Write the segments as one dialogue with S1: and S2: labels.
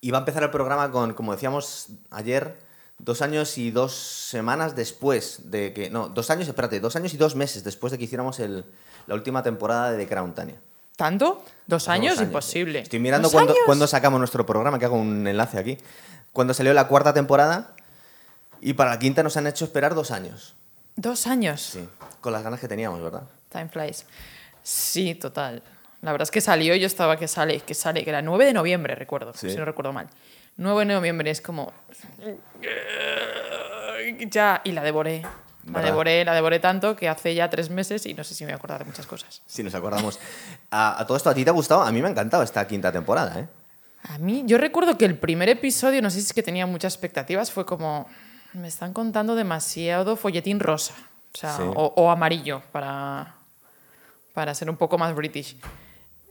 S1: Y va a empezar el programa con, como decíamos ayer, dos años y dos semanas después de que. No, dos años, espérate, dos años y dos meses después de que hiciéramos el- la última temporada de The Crown, Tania.
S2: ¿Tanto? ¿Dos
S1: Hace
S2: años?
S1: dos
S2: Imposible.
S1: Estoy mirando
S2: ¿Dos
S1: cuándo
S2: años?
S1: cuándo sacamos nuestro programa, que hago un enlace aquí. Cuando salió la cuarta temporada y para la quinta nos han hecho esperar dos años.
S2: Dos años.
S1: Sí, con las ganas que teníamos, ¿verdad?
S2: Time flies. Sí, total. La verdad es que salió, yo estaba que sale, que sale, que era 9 de noviembre, recuerdo,
S1: Sí.
S2: si no recuerdo mal. 9 de noviembre es como. Ya, y la devoré. La
S1: ¿Verdad?
S2: devoré, la devoré tanto que hace ya tres meses y no sé si me voy a acordar de muchas cosas.
S1: Si nos acordamos. A, a todo esto, ¿a ti te ha gustado? A mí me ha encantado esta quinta temporada, ¿eh?
S2: A mí, yo recuerdo que el primer episodio, no sé si es que tenía muchas expectativas, fue como. Me están contando demasiado folletín rosa. O sea,
S1: Sí.
S2: o, o amarillo para, para ser un poco más british.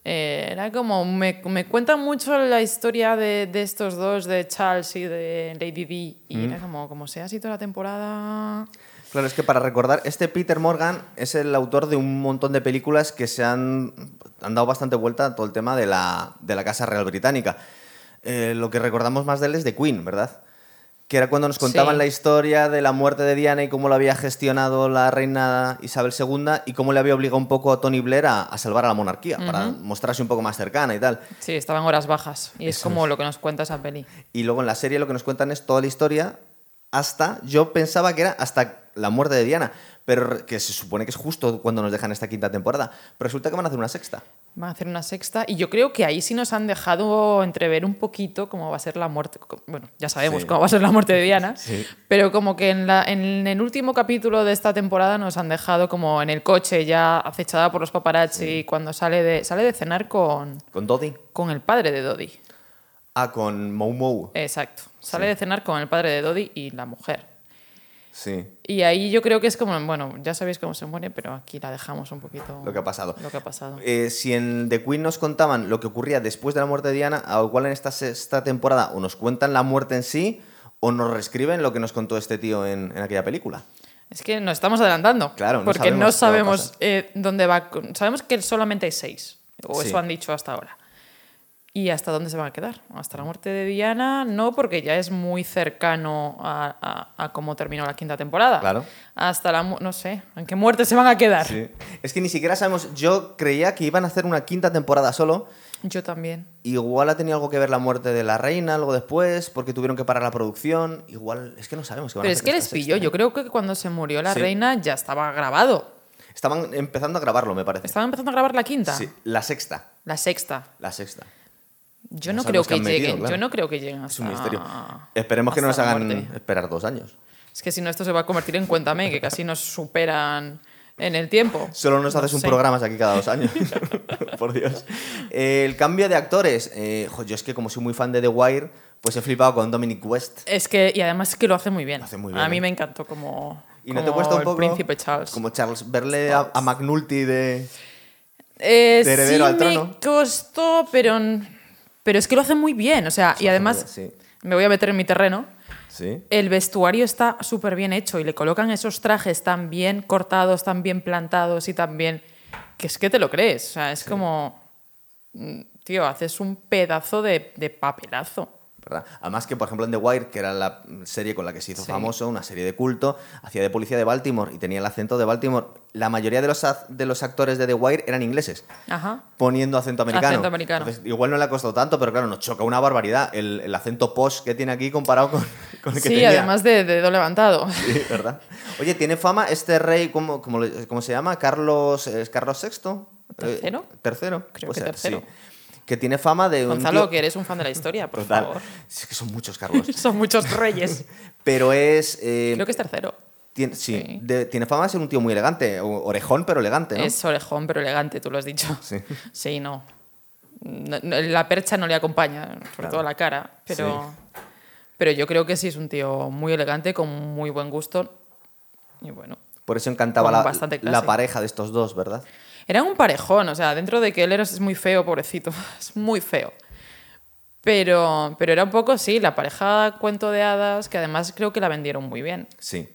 S2: Eh, era como. Me, me cuentan mucho la historia de, de estos dos, de Charles y de Lady D. Y era como, como sea así toda la temporada.
S1: Claro, es que para recordar, este Peter Morgan es el autor de un montón de películas que se han, han dado bastante vuelta a todo el tema de la, de la Casa Real Británica. Eh, lo que recordamos más de él es de Queen, ¿verdad? Que era cuando nos contaban
S2: Sí.
S1: la historia de la muerte de Diana y cómo la había gestionado la reina Isabel II y cómo le había obligado un poco a Tony Blair a, a salvar a la monarquía, para mostrarse un poco más cercana y tal.
S2: Sí, estaban horas bajas. Y es como lo que nos cuenta esa peli.
S1: Y luego en la serie lo que nos cuentan es toda la historia hasta, yo pensaba que era hasta la muerte de Diana, pero re- que se supone que es justo cuando nos dejan esta quinta temporada. Pero resulta que van a hacer una sexta.
S2: Van a hacer una sexta y yo creo que ahí sí nos han dejado entrever un poquito cómo va a ser la muerte. co- Bueno, ya sabemos
S1: Sí.
S2: cómo va a ser la muerte de Diana,
S1: Sí.
S2: pero como que en, la- en el último capítulo de esta temporada nos han dejado como en el coche ya acechada por los paparazzi cuando sale de, sale de cenar con,
S1: Con Dodi.
S2: con el padre de Dodi.
S1: Ah, con Mou Mou.
S2: Exacto. Sale de cenar con el padre de Dodi y la mujer.
S1: Sí,
S2: Y ahí yo creo que es como, bueno, ya sabéis cómo se muere, pero aquí la dejamos un poquito.
S1: lo que ha pasado.
S2: Lo que ha pasado.
S1: Eh, si en The Queen nos contaban lo que ocurría después de la muerte de Diana, al igual en esta sexta temporada o nos cuentan la muerte en sí o nos reescriben lo que nos contó este tío en, en aquella película.
S2: Es que nos estamos adelantando.
S1: Claro, no
S2: porque no
S1: sabemos
S2: sabemos eh, dónde va. con- Sabemos que solamente hay seis, o
S1: Sí.
S2: eso han dicho hasta ahora. ¿Y hasta dónde se van a quedar? ¿Hasta la muerte de Diana? No, porque ya es muy cercano a, a- a cómo terminó la quinta temporada.
S1: Claro.
S2: Hasta la. mu- No sé, ¿en qué muerte se van a quedar?
S1: Es que ni siquiera sabemos, yo creía que iban a hacer una quinta temporada solo
S2: Yo también.
S1: Igual ha tenido algo que ver la muerte de la reina, algo después, porque tuvieron que parar la producción. Igual, es que no sabemos qué van
S2: Pero
S1: a
S2: es
S1: hacer
S2: que
S1: con
S2: les
S1: esta
S2: pilló.
S1: sexta, ¿eh?
S2: Yo creo que cuando se murió la
S1: Sí.
S2: reina ya estaba grabado.
S1: ¿eh? Estaban empezando a grabarlo, me parece.
S2: Estaban empezando a grabar la quinta.
S1: Sí, la sexta.
S2: La sexta.
S1: La sexta.
S2: Yo
S1: No
S2: no, creo
S1: sabemos
S2: que,
S1: qué han metido,
S2: lleguen.
S1: claro.
S2: Yo no creo que lleguen hasta.
S1: Es un misterio. Esperemos que no nos
S2: Ah. hasta la
S1: hagan
S2: muerte.
S1: esperar dos años.
S2: Es que si no, esto se va a convertir en Cuéntame, que casi nos superan en el tiempo.
S1: Solo nos
S2: No
S1: haces un
S2: sé.
S1: programa aquí cada dos años. Por Dios. Eh, el cambio de actores. Eh, jo, yo es que como soy muy fan de The Wire, pues he flipado con Dominic West.
S2: Es que, y además es que lo hace muy bien.
S1: hace muy bien,
S2: A mí
S1: ¿eh?
S2: me encantó como.
S1: Y no te
S2: como
S1: cuesta un
S2: el
S1: poco.
S2: príncipe Charles.
S1: Como Charles. Verle a, a McNulty de.
S2: Eh,
S1: de heredero
S2: sí
S1: al trono.
S2: me costó, pero. Pero es que lo hace muy bien. O sea,
S1: hace
S2: y
S1: muy
S2: además.
S1: bien, sí.
S2: Me voy a meter en mi terreno.
S1: Sí.
S2: El vestuario está súper bien hecho y le colocan esos trajes tan bien cortados, tan bien plantados y tan bien. que es que te lo crees. O sea, es como. mm, Tío, haces un pedazo de, de papelazo.
S1: ¿verdad? Además que, por ejemplo, en The Wire, que era la serie con la que se hizo
S2: Sí.
S1: famoso, una serie de culto, hacía de policía de Baltimore y tenía el acento de Baltimore. La mayoría de los, ac- de los actores de The Wire eran ingleses,
S2: Ajá.
S1: poniendo acento americano.
S2: Acento americano.
S1: Entonces, igual no le ha costado tanto, pero claro, nos choca una barbaridad el, el acento posh que tiene aquí comparado con, con el que
S2: Sí,
S1: tenía.
S2: además de, de dedo levantado.
S1: Sí, ¿verdad? Oye, tiene fama este rey, ¿cómo, cómo, le- cómo se llama? Carlos, ¿es Carlos VI.
S2: ¿Tercero?
S1: Eh, tercero.
S2: Creo
S1: puede
S2: que
S1: ser,
S2: tercero.
S1: sí. Que tiene fama de un
S2: Gonzalo,
S1: tío-
S2: que eres un fan de la historia, por
S1: Total.
S2: favor.
S1: Es que son muchos Carlos.
S2: Son muchos reyes.
S1: Pero es. eh,
S2: Creo que es tercero.
S1: Tiene, sí,
S2: Sí.
S1: de- tiene fama de ser un tío muy elegante, o- orejón pero elegante, ¿no?
S2: Es orejón, pero elegante, tú lo has dicho.
S1: Sí.
S2: Sí, no. No- no, La percha no le acompaña, sobre
S1: Claro.
S2: todo la cara. Pero, pero yo creo que sí es un tío muy elegante, con muy buen gusto. Y bueno.
S1: Por eso encantaba
S2: Con
S1: la,
S2: bastante clase.
S1: la pareja de estos dos, ¿verdad?
S2: Era un parejón, o sea, dentro de que él era, es muy feo, pobrecito, es muy feo. Pero, pero era un poco, sí, la pareja cuento de hadas, que además creo que la vendieron muy bien.
S1: Sí,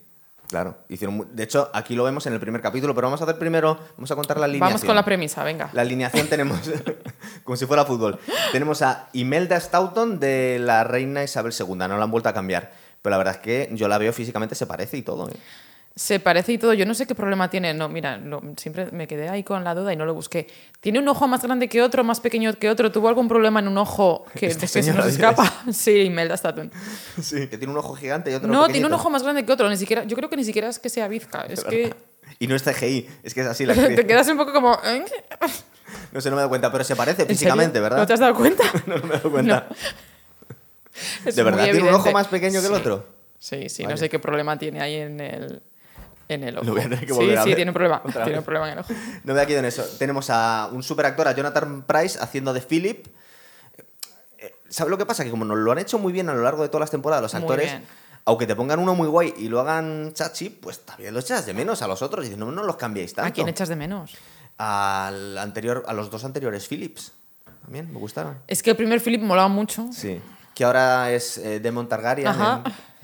S1: claro. Hicieron mu- de hecho, aquí lo vemos en el primer capítulo, pero vamos a hacer primero, vamos a contar la alineación.
S2: Vamos con la premisa, venga.
S1: La alineación tenemos, como si fuera fútbol. Tenemos a Imelda Staunton de la reina Isabel II. No la han vuelto a cambiar. Pero la verdad es que yo la veo físicamente, se parece y todo. ¿eh?
S2: Se parece y todo. Yo no sé qué problema tiene. No, mira, no, siempre me quedé ahí con la duda y no lo busqué. ¿Tiene un ojo más grande que otro, más pequeño que otro? ¿Tuvo algún problema en un ojo que,
S1: Esta
S2: que se
S1: señora
S2: nos
S1: dice eso.
S2: escapa? Sí, Imelda Statun.
S1: Que tiene un ojo gigante y otro
S2: No, tiene un
S1: pequeñito.
S2: ojo más grande que otro. Ni siquiera, yo creo que ni siquiera es que sea bizca. Es que
S1: Y no es CGI, es que es así la actriz.
S2: te quedas un poco como... ¿eh?
S1: No sé, no me he dado cuenta, pero se parece
S2: ¿En
S1: físicamente,
S2: serio?
S1: ¿verdad?
S2: ¿No te has dado cuenta?
S1: No, no me he dado cuenta.
S2: Es
S1: ¿De
S2: muy
S1: verdad tiene un
S2: evidente.
S1: ojo más pequeño que el
S2: Sí.
S1: otro?
S2: Sí, sí,
S1: Vale.
S2: no sé qué problema tiene ahí en el, en el ojo.
S1: Lo voy a tener que
S2: sí,
S1: volver a
S2: sí,
S1: ver
S2: tiene un problema.
S1: otra
S2: Tiene
S1: vez.
S2: un problema en el ojo.
S1: No me he quedado en eso. Tenemos a un superactor, a Jonathan Price, haciendo de Philip. Eh, ¿Sabes lo que pasa? Que como nos lo han hecho muy bien a lo largo de todas las temporadas los
S2: Muy
S1: actores,
S2: bien.
S1: aunque te pongan uno muy guay y lo hagan chachi, pues también los echas de menos a los otros. Y dices, no, no los cambiéis tanto.
S2: ¿A quién echas de menos?
S1: Al anterior, a los dos anteriores Philips. También me gustaron.
S2: Es que el primer Philip molaba mucho.
S1: Sí. Que ahora es eh, Demon Targaryen
S2: Ajá.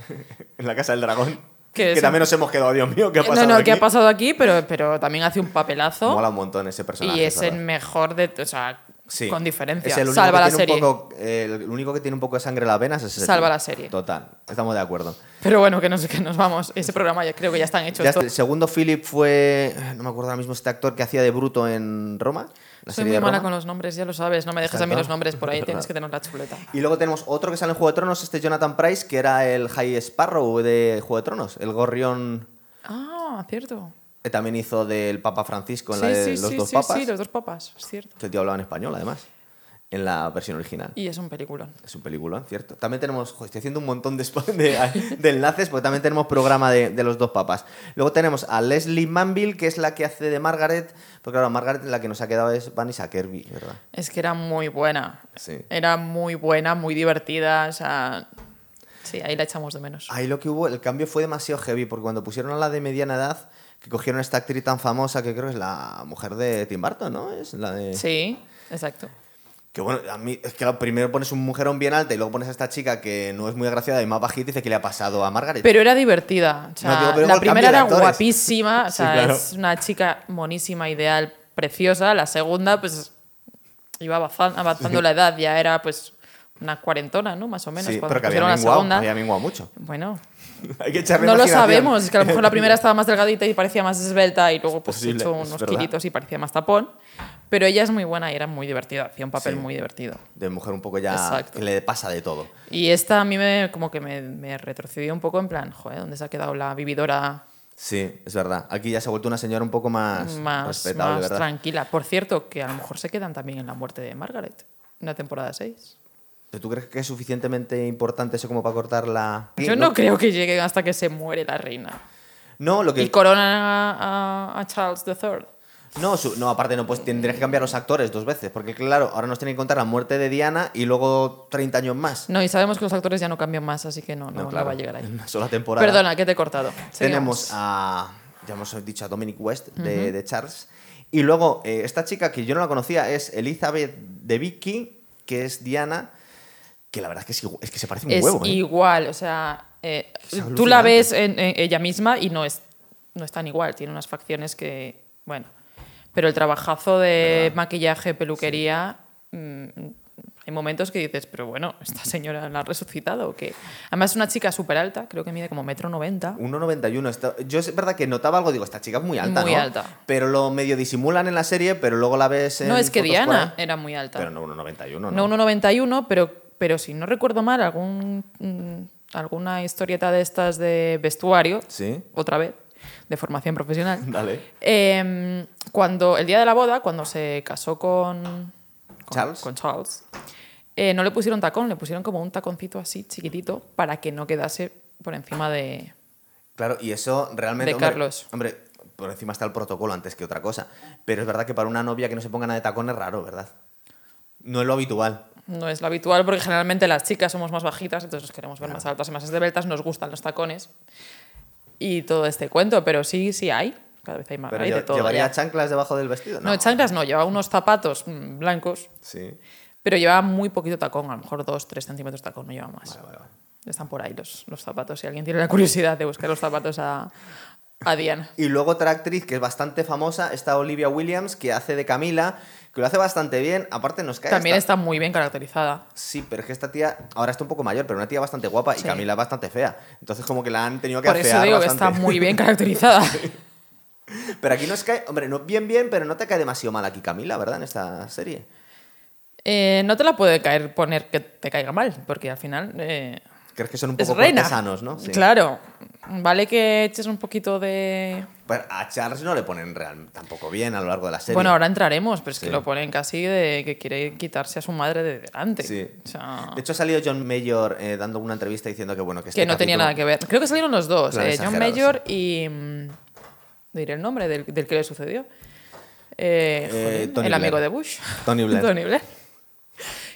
S1: en, en la Casa del Dragón.
S2: Que
S1: Que
S2: es-
S1: también nos hemos quedado, Dios mío, ¿qué ha pasado
S2: no, no, ¿qué
S1: aquí?
S2: ha pasado aquí? Pero, pero también hace un papelazo.
S1: Mola un montón ese personaje.
S2: y es
S1: ¿verdad?
S2: el mejor de. O sea,
S1: Sí.
S2: con diferencia.
S1: Es el único
S2: Salva
S1: que
S2: la
S1: tiene
S2: serie.
S1: un poco- eh, el único que tiene un poco de sangre en las venas es ese
S2: Salva
S1: tío.
S2: la serie.
S1: Total, estamos de acuerdo.
S2: Pero bueno, que, nos, que nos vamos. Ese programa ya creo que ya están hechos.
S1: Ya está,
S2: todos.
S1: el segundo Philip fue, no me acuerdo ahora mismo, este actor que hacía de Bruto en Roma. La
S2: Soy
S1: serie
S2: muy
S1: de
S2: mala
S1: Roma.
S2: con los nombres, ya lo sabes. No me dejes a mí
S1: Exacto.
S2: los nombres por ahí,
S1: Es
S2: tienes
S1: verdad.
S2: que tener la chuleta.
S1: Y luego tenemos otro que sale en Juego de Tronos, este Jonathan Price, que era el High Sparrow de Juego de Tronos, el gorrión
S2: Ah, cierto.
S1: que también hizo del Papa Francisco en la
S2: sí,
S1: de
S2: sí,
S1: los
S2: sí,
S1: dos
S2: sí,
S1: papas.
S2: sí, los dos papas, es cierto.
S1: Que el tío hablaba en español, además, en la versión original.
S2: Y es un peliculón.
S1: Es un película, ¿cierto? También tenemos, jo, estoy haciendo un montón de, spa- de, de enlaces, porque también tenemos programa de, de los dos papas. Luego tenemos a Leslie Manville, que es la que hace de Margaret, porque claro, Margaret la que nos ha quedado es Vanessa Kirby, ¿verdad?
S2: Es que era muy buena.
S1: Sí.
S2: Era muy buena, muy divertida. O sea. Sí, ahí la echamos de menos.
S1: Ahí lo que hubo, el cambio fue demasiado heavy, porque cuando pusieron a la de mediana edad, que cogieron a esta actriz tan famosa, que creo que es la mujer de Tim Burton, ¿no? Es la de...
S2: Sí, exacto.
S1: Que bueno, a mí, es que claro, primero pones un mujerón bien alta y luego pones a esta chica que no es muy agraciada y más bajita y dice que le ha pasado a Margaret.
S2: Pero era divertida. O sea,
S1: Eh, No, digo, pero
S2: la
S1: igual
S2: primera
S1: cambia de
S2: era
S1: actores.
S2: guapísima. O
S1: Sí,
S2: sea,
S1: claro.
S2: es una chica monísima, ideal, preciosa. La segunda, pues, iba avanzan- avanzando la edad. Ya era, pues, una cuarentona, ¿no? Más o menos.
S1: sí,
S2: cuando
S1: pero que
S2: pusieron
S1: había
S2: la
S1: menguado,
S2: segunda.
S1: había menguado mucho.
S2: Bueno,
S1: Hay que echarle
S2: no lo
S1: imaginación.
S2: sabemos. Es que a lo mejor la primera estaba más delgadita y parecía más esbelta y luego pues
S1: posible,
S2: echó
S1: es
S2: unos
S1: verdad.
S2: kilitos y parecía más tapón. Pero ella es muy buena y era muy divertida. Hacía un papel
S1: Sí.
S2: muy divertido.
S1: de mujer un poco ya
S2: Exacto.
S1: que le pasa de todo.
S2: Y esta a mí me, como que me, me retrocedió un poco en plan, joder, ¿dónde se ha quedado la vividora
S1: Sí, es verdad. Aquí ya se ha vuelto una señora un poco más,
S2: más,
S1: Ah, respetable,
S2: más
S1: ¿verdad?
S2: tranquila? Por cierto, que a lo mejor se quedan también en la muerte de Margaret, en la temporada 6.
S1: ¿Tú crees que es suficientemente importante eso como para cortar la...?
S2: Yo no creo que llegue hasta que se muere la reina.
S1: No, lo
S2: Y
S1: que...
S2: corona a, a- a Charles III.
S1: No, su- no, aparte no, pues tendrías que cambiar los actores dos veces, porque claro, ahora nos tienen que contar la muerte de Diana y luego 30 años más.
S2: No, y sabemos que los actores ya no cambian más, así que no, no, no
S1: claro,
S2: va a llegar ahí.
S1: en Una sola temporada.
S2: Perdona, que te he cortado.
S1: Tenemos a, ya hemos dicho, a Dominic West de, de Charles. Y luego, eh, esta chica que yo no la conocía es Elizabeth de Vicky, que es Diana, que la verdad es que, es, igu- es que se parece un
S2: es
S1: huevo. ¿eh?
S2: igual, o sea, eh,
S1: Es
S2: tú la
S1: alucinante.
S2: ves en, en ella misma y no es, no es tan igual, tiene unas facciones que, bueno, pero el trabajazo de maquillaje, peluquería, mm, hay momentos que dices, pero bueno, esta señora la ha resucitado, o qué? además es una chica súper alta, creo que mide como metro noventa.
S1: 1,91. Esta- Yo es verdad que notaba algo, digo, esta chica es muy alta,
S2: Muy
S1: ¿no?
S2: alta.
S1: Pero lo medio disimulan en la serie, pero luego la ves en
S2: No, es que
S1: fotos por ahí.
S2: Diana era muy alta.
S1: Pero no 1,91, ¿no?
S2: No 1,91, pero, pero si no recuerdo mal, algún, mm, alguna historieta de estas de vestuario,
S1: Sí.
S2: otra vez, de formación profesional.
S1: Dale.
S2: Em, cuando el día de la boda, cuando se casó con con
S1: Charles.
S2: con Charles, eh, no le pusieron tacón, le pusieron como un taconcito así chiquitito para que no quedase por encima de.
S1: Claro, y eso realmente.
S2: De
S1: hombre,
S2: Carlos.
S1: Hombre, por encima está el protocolo antes que otra cosa. Pero es verdad que para una novia que no se ponga nada de tacón es raro, ¿verdad? No es lo habitual.
S2: No es lo habitual porque generalmente las chicas somos más bajitas, entonces nos queremos ver más altas y más esbeltas, nos gustan los tacones y todo este cuento, pero sí, sí hay. Cada vez hay más.
S1: Pero
S2: hay
S1: lle-
S2: de todo.
S1: llevaría
S2: ya.
S1: chanclas debajo del vestido, ¿no?
S2: No, chanclas no, llevaba unos zapatos mm, blancos,
S1: Sí.
S2: pero llevaba muy poquito tacón, a lo mejor 2-3 centímetros de tacón, no llevaba más.
S1: Ah, Vale, vale, vale.
S2: Están por ahí los, los zapatos, si alguien tiene la curiosidad de buscar los zapatos a, a Diana.
S1: Y luego otra actriz que es bastante famosa, está Olivia Williams, que hace de Camila, que lo hace bastante bien. Aparte nos cae...
S2: También
S1: esta-
S2: está muy bien caracterizada.
S1: Sí, pero es que esta tía ahora está un poco mayor, pero una tía bastante guapa y
S2: Sí.
S1: Camila es bastante fea. Entonces como que la han tenido que
S2: Por eso
S1: afear
S2: digo que
S1: bastante.
S2: está muy bien caracterizada.
S1: Pero aquí nos cae... Hombre, no bien bien, pero no te cae demasiado mal aquí Camila, ¿verdad? En esta serie.
S2: Eh, no te la puede caer poner que te caiga mal, porque al final eh,
S1: Crees que son un
S2: es
S1: poco
S2: reina.
S1: cortesanos, ¿no? Sí.
S2: Claro. Vale que eches un poquito de...
S1: Pero a Charles no le ponen real- tampoco bien a lo largo de la serie.
S2: Bueno, ahora entraremos, pero es
S1: Sí.
S2: que lo ponen casi de que quiere quitarse a su madre de delante.
S1: Sí.
S2: O sea,
S1: De hecho, ha salido John Mayor eh, dando una entrevista diciendo que bueno, que este
S2: que no tenía
S1: capítulo-
S2: nada que ver. Creo que salieron los dos,
S1: Claro,
S2: eh, John
S1: exagerado,
S2: Mayor y... mm, diré el nombre del, del que le sucedió. Eh,
S1: Eh,
S2: joder,
S1: Tony
S2: el amigo
S1: Blair.
S2: de Bush.
S1: Tony Blair.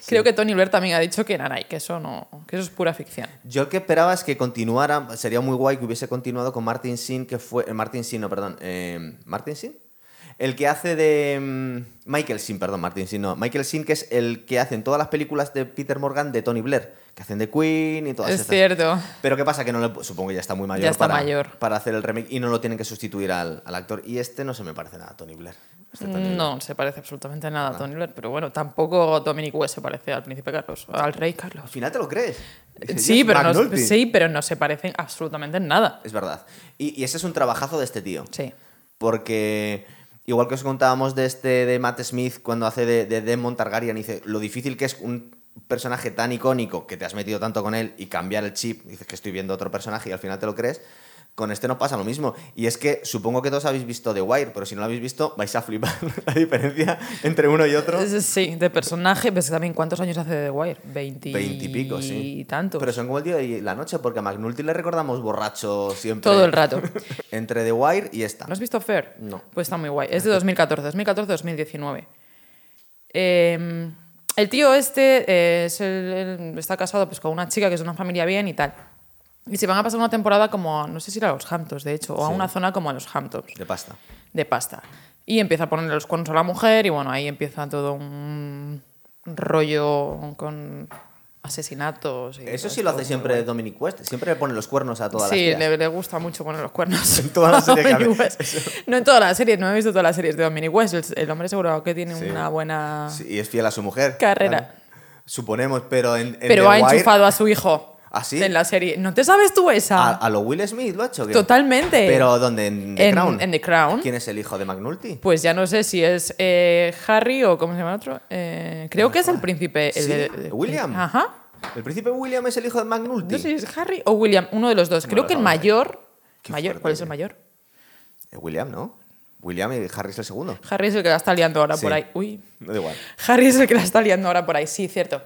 S2: Creo que Tony Blair también ha dicho que Nanay, que eso no, que eso es pura ficción.
S1: Yo el que esperaba es que continuara, sería muy guay que hubiese continuado con Martin Sin, que fue. eh, Martin Sin, no, perdón. eh, ¿Martin Sin? El que hace de. mm, Michael Sin, perdón, Martin Sin, no. Michael Sin, que es el que hace en todas las películas de Peter Morgan de Tony Blair, que hacen de Queen y todas
S2: es
S1: estas.
S2: cierto.
S1: Pero ¿qué pasa? Que no le, supongo que ya está muy mayor,
S2: Ya está
S1: para,
S2: mayor.
S1: para hacer el remake y no lo tienen que sustituir al, al actor. Y este no se me parece nada a Tony Blair. Este Tony Blair. Ah.
S2: No se parece absolutamente nada a Tony Blair, pero bueno, tampoco Dominic West se parece al príncipe Carlos, al rey
S1: Al
S2: Carlos.
S1: final te lo crees. Dices,
S2: Sí
S1: "Yes,
S2: pero, no,
S1: McNulty".
S2: sí, pero no se parecen absolutamente en nada.
S1: Es verdad. Y, y ese es un trabajazo de este tío.
S2: Sí.
S1: Porque igual que os contábamos de este de Matt Smith cuando hace de, de Demon Targaryen, dice lo difícil que es un personaje tan icónico que te has metido tanto con él y cambiar el chip, dices que estoy viendo otro personaje y al final te lo crees. Con este nos pasa lo mismo. Y es que supongo que todos habéis visto The Wire, pero si no lo habéis visto, vais a flipar la diferencia entre uno y otro.
S2: Es- Sí, de personaje, ves también cuántos años hace de The Wire, veinti
S1: Veintipico, sí.
S2: y tanto.
S1: Pero son como el día y la noche, porque a McNulty le recordamos borracho siempre.
S2: Todo el rato.
S1: Entre The Wire y esta.
S2: ¿No has visto Fair?
S1: No.
S2: Pues está muy guay. Es de 2014, 2014-2019. Eh, el tío este eh, es el- el- está casado pues, con una chica que es de una familia bien y tal. Y se van a pasar una temporada como, a- no sé si era a los Hamptons, de hecho, o a
S1: Sí.
S2: una zona como a los Hamptons,
S1: De pasta.
S2: de pasta. Y empieza a poner los cuernos a la mujer y bueno, ahí empieza todo un rollo con asesinatos. y
S1: Eso
S2: todo
S1: sí lo
S2: esto,
S1: hace
S2: muy
S1: siempre
S2: guay.
S1: Dominic West. Siempre le pone los cuernos a todas
S2: Sí,
S1: las tías.
S2: le, le gusta mucho poner los cuernos.
S1: En todas las series que
S2: Dominic
S1: hace.
S2: West. No en todas las series, no he visto todas las series de Dominic West. El, el hombre seguro que tiene
S1: Sí.
S2: una buena...
S1: Sí, y es fiel a su mujer.
S2: Ah. Carrera.
S1: Claro. Suponemos, pero en, en The
S2: Pero ha
S1: Wire,
S2: enchufado a su hijo
S1: ¿Ah, sí?
S2: en la serie. ¿No te sabes tú
S1: A,
S2: esa?
S1: a lo Will Smith lo ha hecho. ¿qué?
S2: Totalmente.
S1: Pero ¿dónde? ¿En The
S2: En-
S1: Crown?
S2: en The Crown.
S1: ¿Quién es el hijo de McNulty?
S2: Pues ya no sé si es eh, Harry o cómo se llama el otro. Eh, creo que es el príncipe... el
S1: Sí,
S2: de- de-
S1: William.
S2: Ajá.
S1: ¿El príncipe William es el hijo de McNulty?
S2: No sé si es Harry o William, uno de los dos. Creo
S1: lo
S2: que el
S1: acabo de ver.
S2: mayor...
S1: Qué
S2: mayor
S1: fuerte,
S2: ¿Cuál es el
S1: tío.
S2: mayor?
S1: Eh, William, ¿no? William y Harry es el segundo.
S2: Harry es el que la está liando ahora
S1: Sí.
S2: por ahí. Uy,
S1: No da igual.
S2: Harry es el que la está liando ahora por ahí, sí, cierto.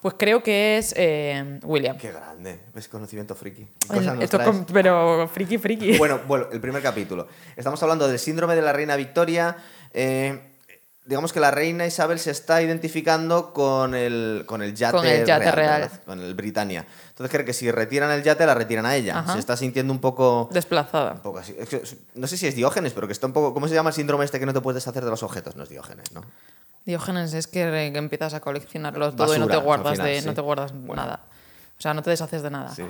S2: Pues creo que es eh, William.
S1: Qué grande. Es conocimiento friki. ¿Qué
S2: El-
S1: cosas nos
S2: esto
S1: traes?
S2: con- pero friki, friki.
S1: Bueno, bueno, el primer capítulo. Estamos hablando del síndrome de la reina Victoria. Eh, digamos que la reina Isabel se está identificando con el, con el yate,
S2: Con el yate real.
S1: ¿verdad? Con el Britannia. Entonces cree que si retiran el yate, la retiran a ella.
S2: Ajá.
S1: Se está sintiendo un poco... un
S2: Desplazada.
S1: poco así. Es que- No sé si es Diógenes, pero que está un poco... ¿Cómo se llama el síndrome este que no te puedes deshacer de los objetos? No es Diógenes, ¿no?
S2: Diógenes es que, re- que empiezas a coleccionarlo todo y
S1: Basura,
S2: no te
S1: al
S2: guardas,
S1: final,
S2: de,
S1: sí.
S2: no te guardas nada. O sea, no te deshaces de nada.
S1: Sí.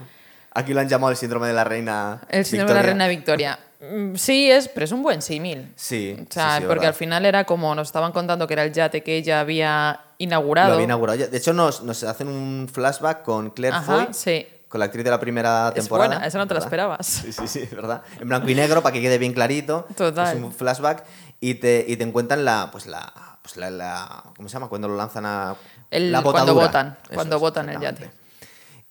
S1: Aquí lo han llamado el síndrome de la reina
S2: El síndrome de
S1: Victoria.
S2: la reina Victoria. Mm, Sí, es, pero es un buen símil.
S1: Sí,
S2: O sea,
S1: sí, sí,
S2: porque
S1: verdad.
S2: al final era como nos estaban contando que era el yate que ella había inaugurado.
S1: Lo había inaugurado ya. De hecho, nos, nos hacen un flashback con Claire
S2: Ajá,
S1: Foy,
S2: sí.
S1: con la actriz de la primera
S2: es
S1: temporada.
S2: buena, eso no te lo
S1: ¿verdad?
S2: esperabas.
S1: Sí, sí, sí, es ¿verdad? En blanco y negro para que quede bien clarito.
S2: Total.
S1: Es un flashback y te, y te encuentran la, pues la, pues la, la- ¿cómo se llama? Cuando lo lanzan a
S2: El-
S1: la
S2: cuando
S1: botadura.
S2: botan, cuando botan el
S1: exactamente.
S2: yate.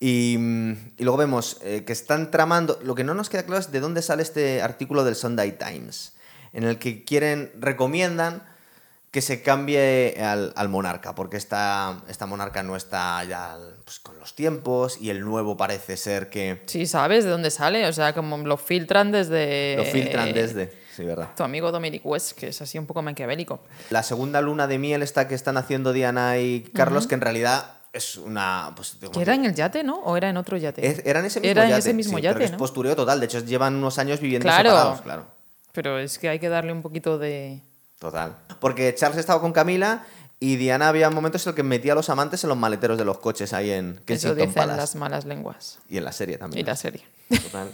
S1: Y, mm, y luego vemos eh, que están tramando. Lo que no nos queda claro es de dónde sale este artículo del Sunday Times, en el que quieren, recomiendan que se cambie al, al monarca, porque esta, esta monarca no está ya pues, con los tiempos y el nuevo parece ser que
S2: Sí, sabes de dónde sale. O sea, como lo filtran desde.
S1: lo filtran desde. Sí, verdad.
S2: Tu amigo Dominic West, que es así un poco maquiavélico.
S1: La segunda luna de miel esta que están haciendo Diana y Carlos, que en realidad es una... Pues, digamos,
S2: Que era en el yate, ¿no? ¿O era en otro yate?
S1: es- era en ese mismo
S2: Era en
S1: yate.
S2: ese mismo
S1: sí, pero
S2: yate,
S1: es
S2: ¿no?
S1: postureo total. De hecho, llevan unos años viviendo
S2: Claro.
S1: separados, claro.
S2: Pero es que hay que darle un poquito de.
S1: Total. Porque Charles estaba con Camila y Diana había momentos en los que metía a los amantes en los maleteros de los coches ahí en
S2: Eso
S1: Kensington
S2: dicen
S1: Palace.
S2: las malas lenguas.
S1: Y en la serie también.
S2: Y la serie.
S1: Total.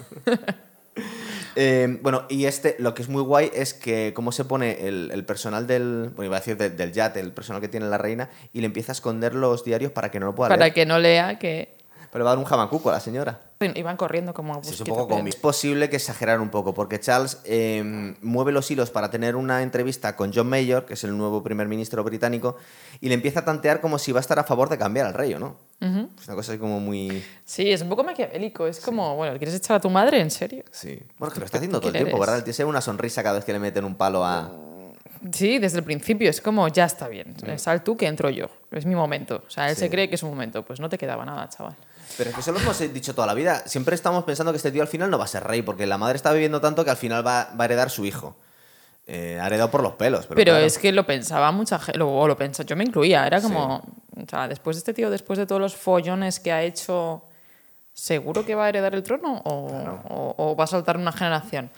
S1: Eh, bueno, y este, lo que es muy guay es que cómo se pone el, el personal del, bueno, iba a decir de- del yate, el personal que tiene la reina, y le empieza a esconder los diarios para que no lo pueda
S2: Para
S1: leer.
S2: que no lea que
S1: Pero le va a dar un jamacuco a la señora.
S2: iban corriendo como a
S1: Sí, es, un
S2: busquito,
S1: poco
S2: pero-
S1: cómico. Es posible que exageraran un poco, porque Charles eh, mueve los hilos para tener una entrevista con John Mayor, que es el nuevo primer ministro británico, y le empieza a tantear como si va a estar a favor de cambiar al rey, ¿o no? Es una cosa así como muy...
S2: Sí, es un poco maquiavélico. Es como, bueno, ¿quieres echar a tu madre? ¿En serio?
S1: Sí. Bueno, que lo está haciendo todo el
S2: ¿Quién
S1: tiempo,
S2: eres?
S1: ¿verdad? El tío se ve una sonrisa cada vez que le meten un palo a...
S2: Sí, desde el principio es como, ya está bien. eh, Sal tú que entro yo. Es mi momento. O sea, él se
S1: Sí.
S2: cree que es un momento. Pues no te quedaba nada, chaval.
S1: Pero es que eso lo hemos dicho toda la vida. Siempre estamos pensando que este tío al final no va a ser rey, porque la madre está viviendo tanto que al final va, va a heredar su hijo. Eh, ha heredado por los pelos. Pero,
S2: Pero,
S1: claro.
S2: es que lo pensaba mucha gente, o lo pensaba, yo me incluía, era como, o sea, después de este tío, después de todos los follones que ha hecho, ¿seguro que va a heredar el trono o, o- o va a saltar una generación?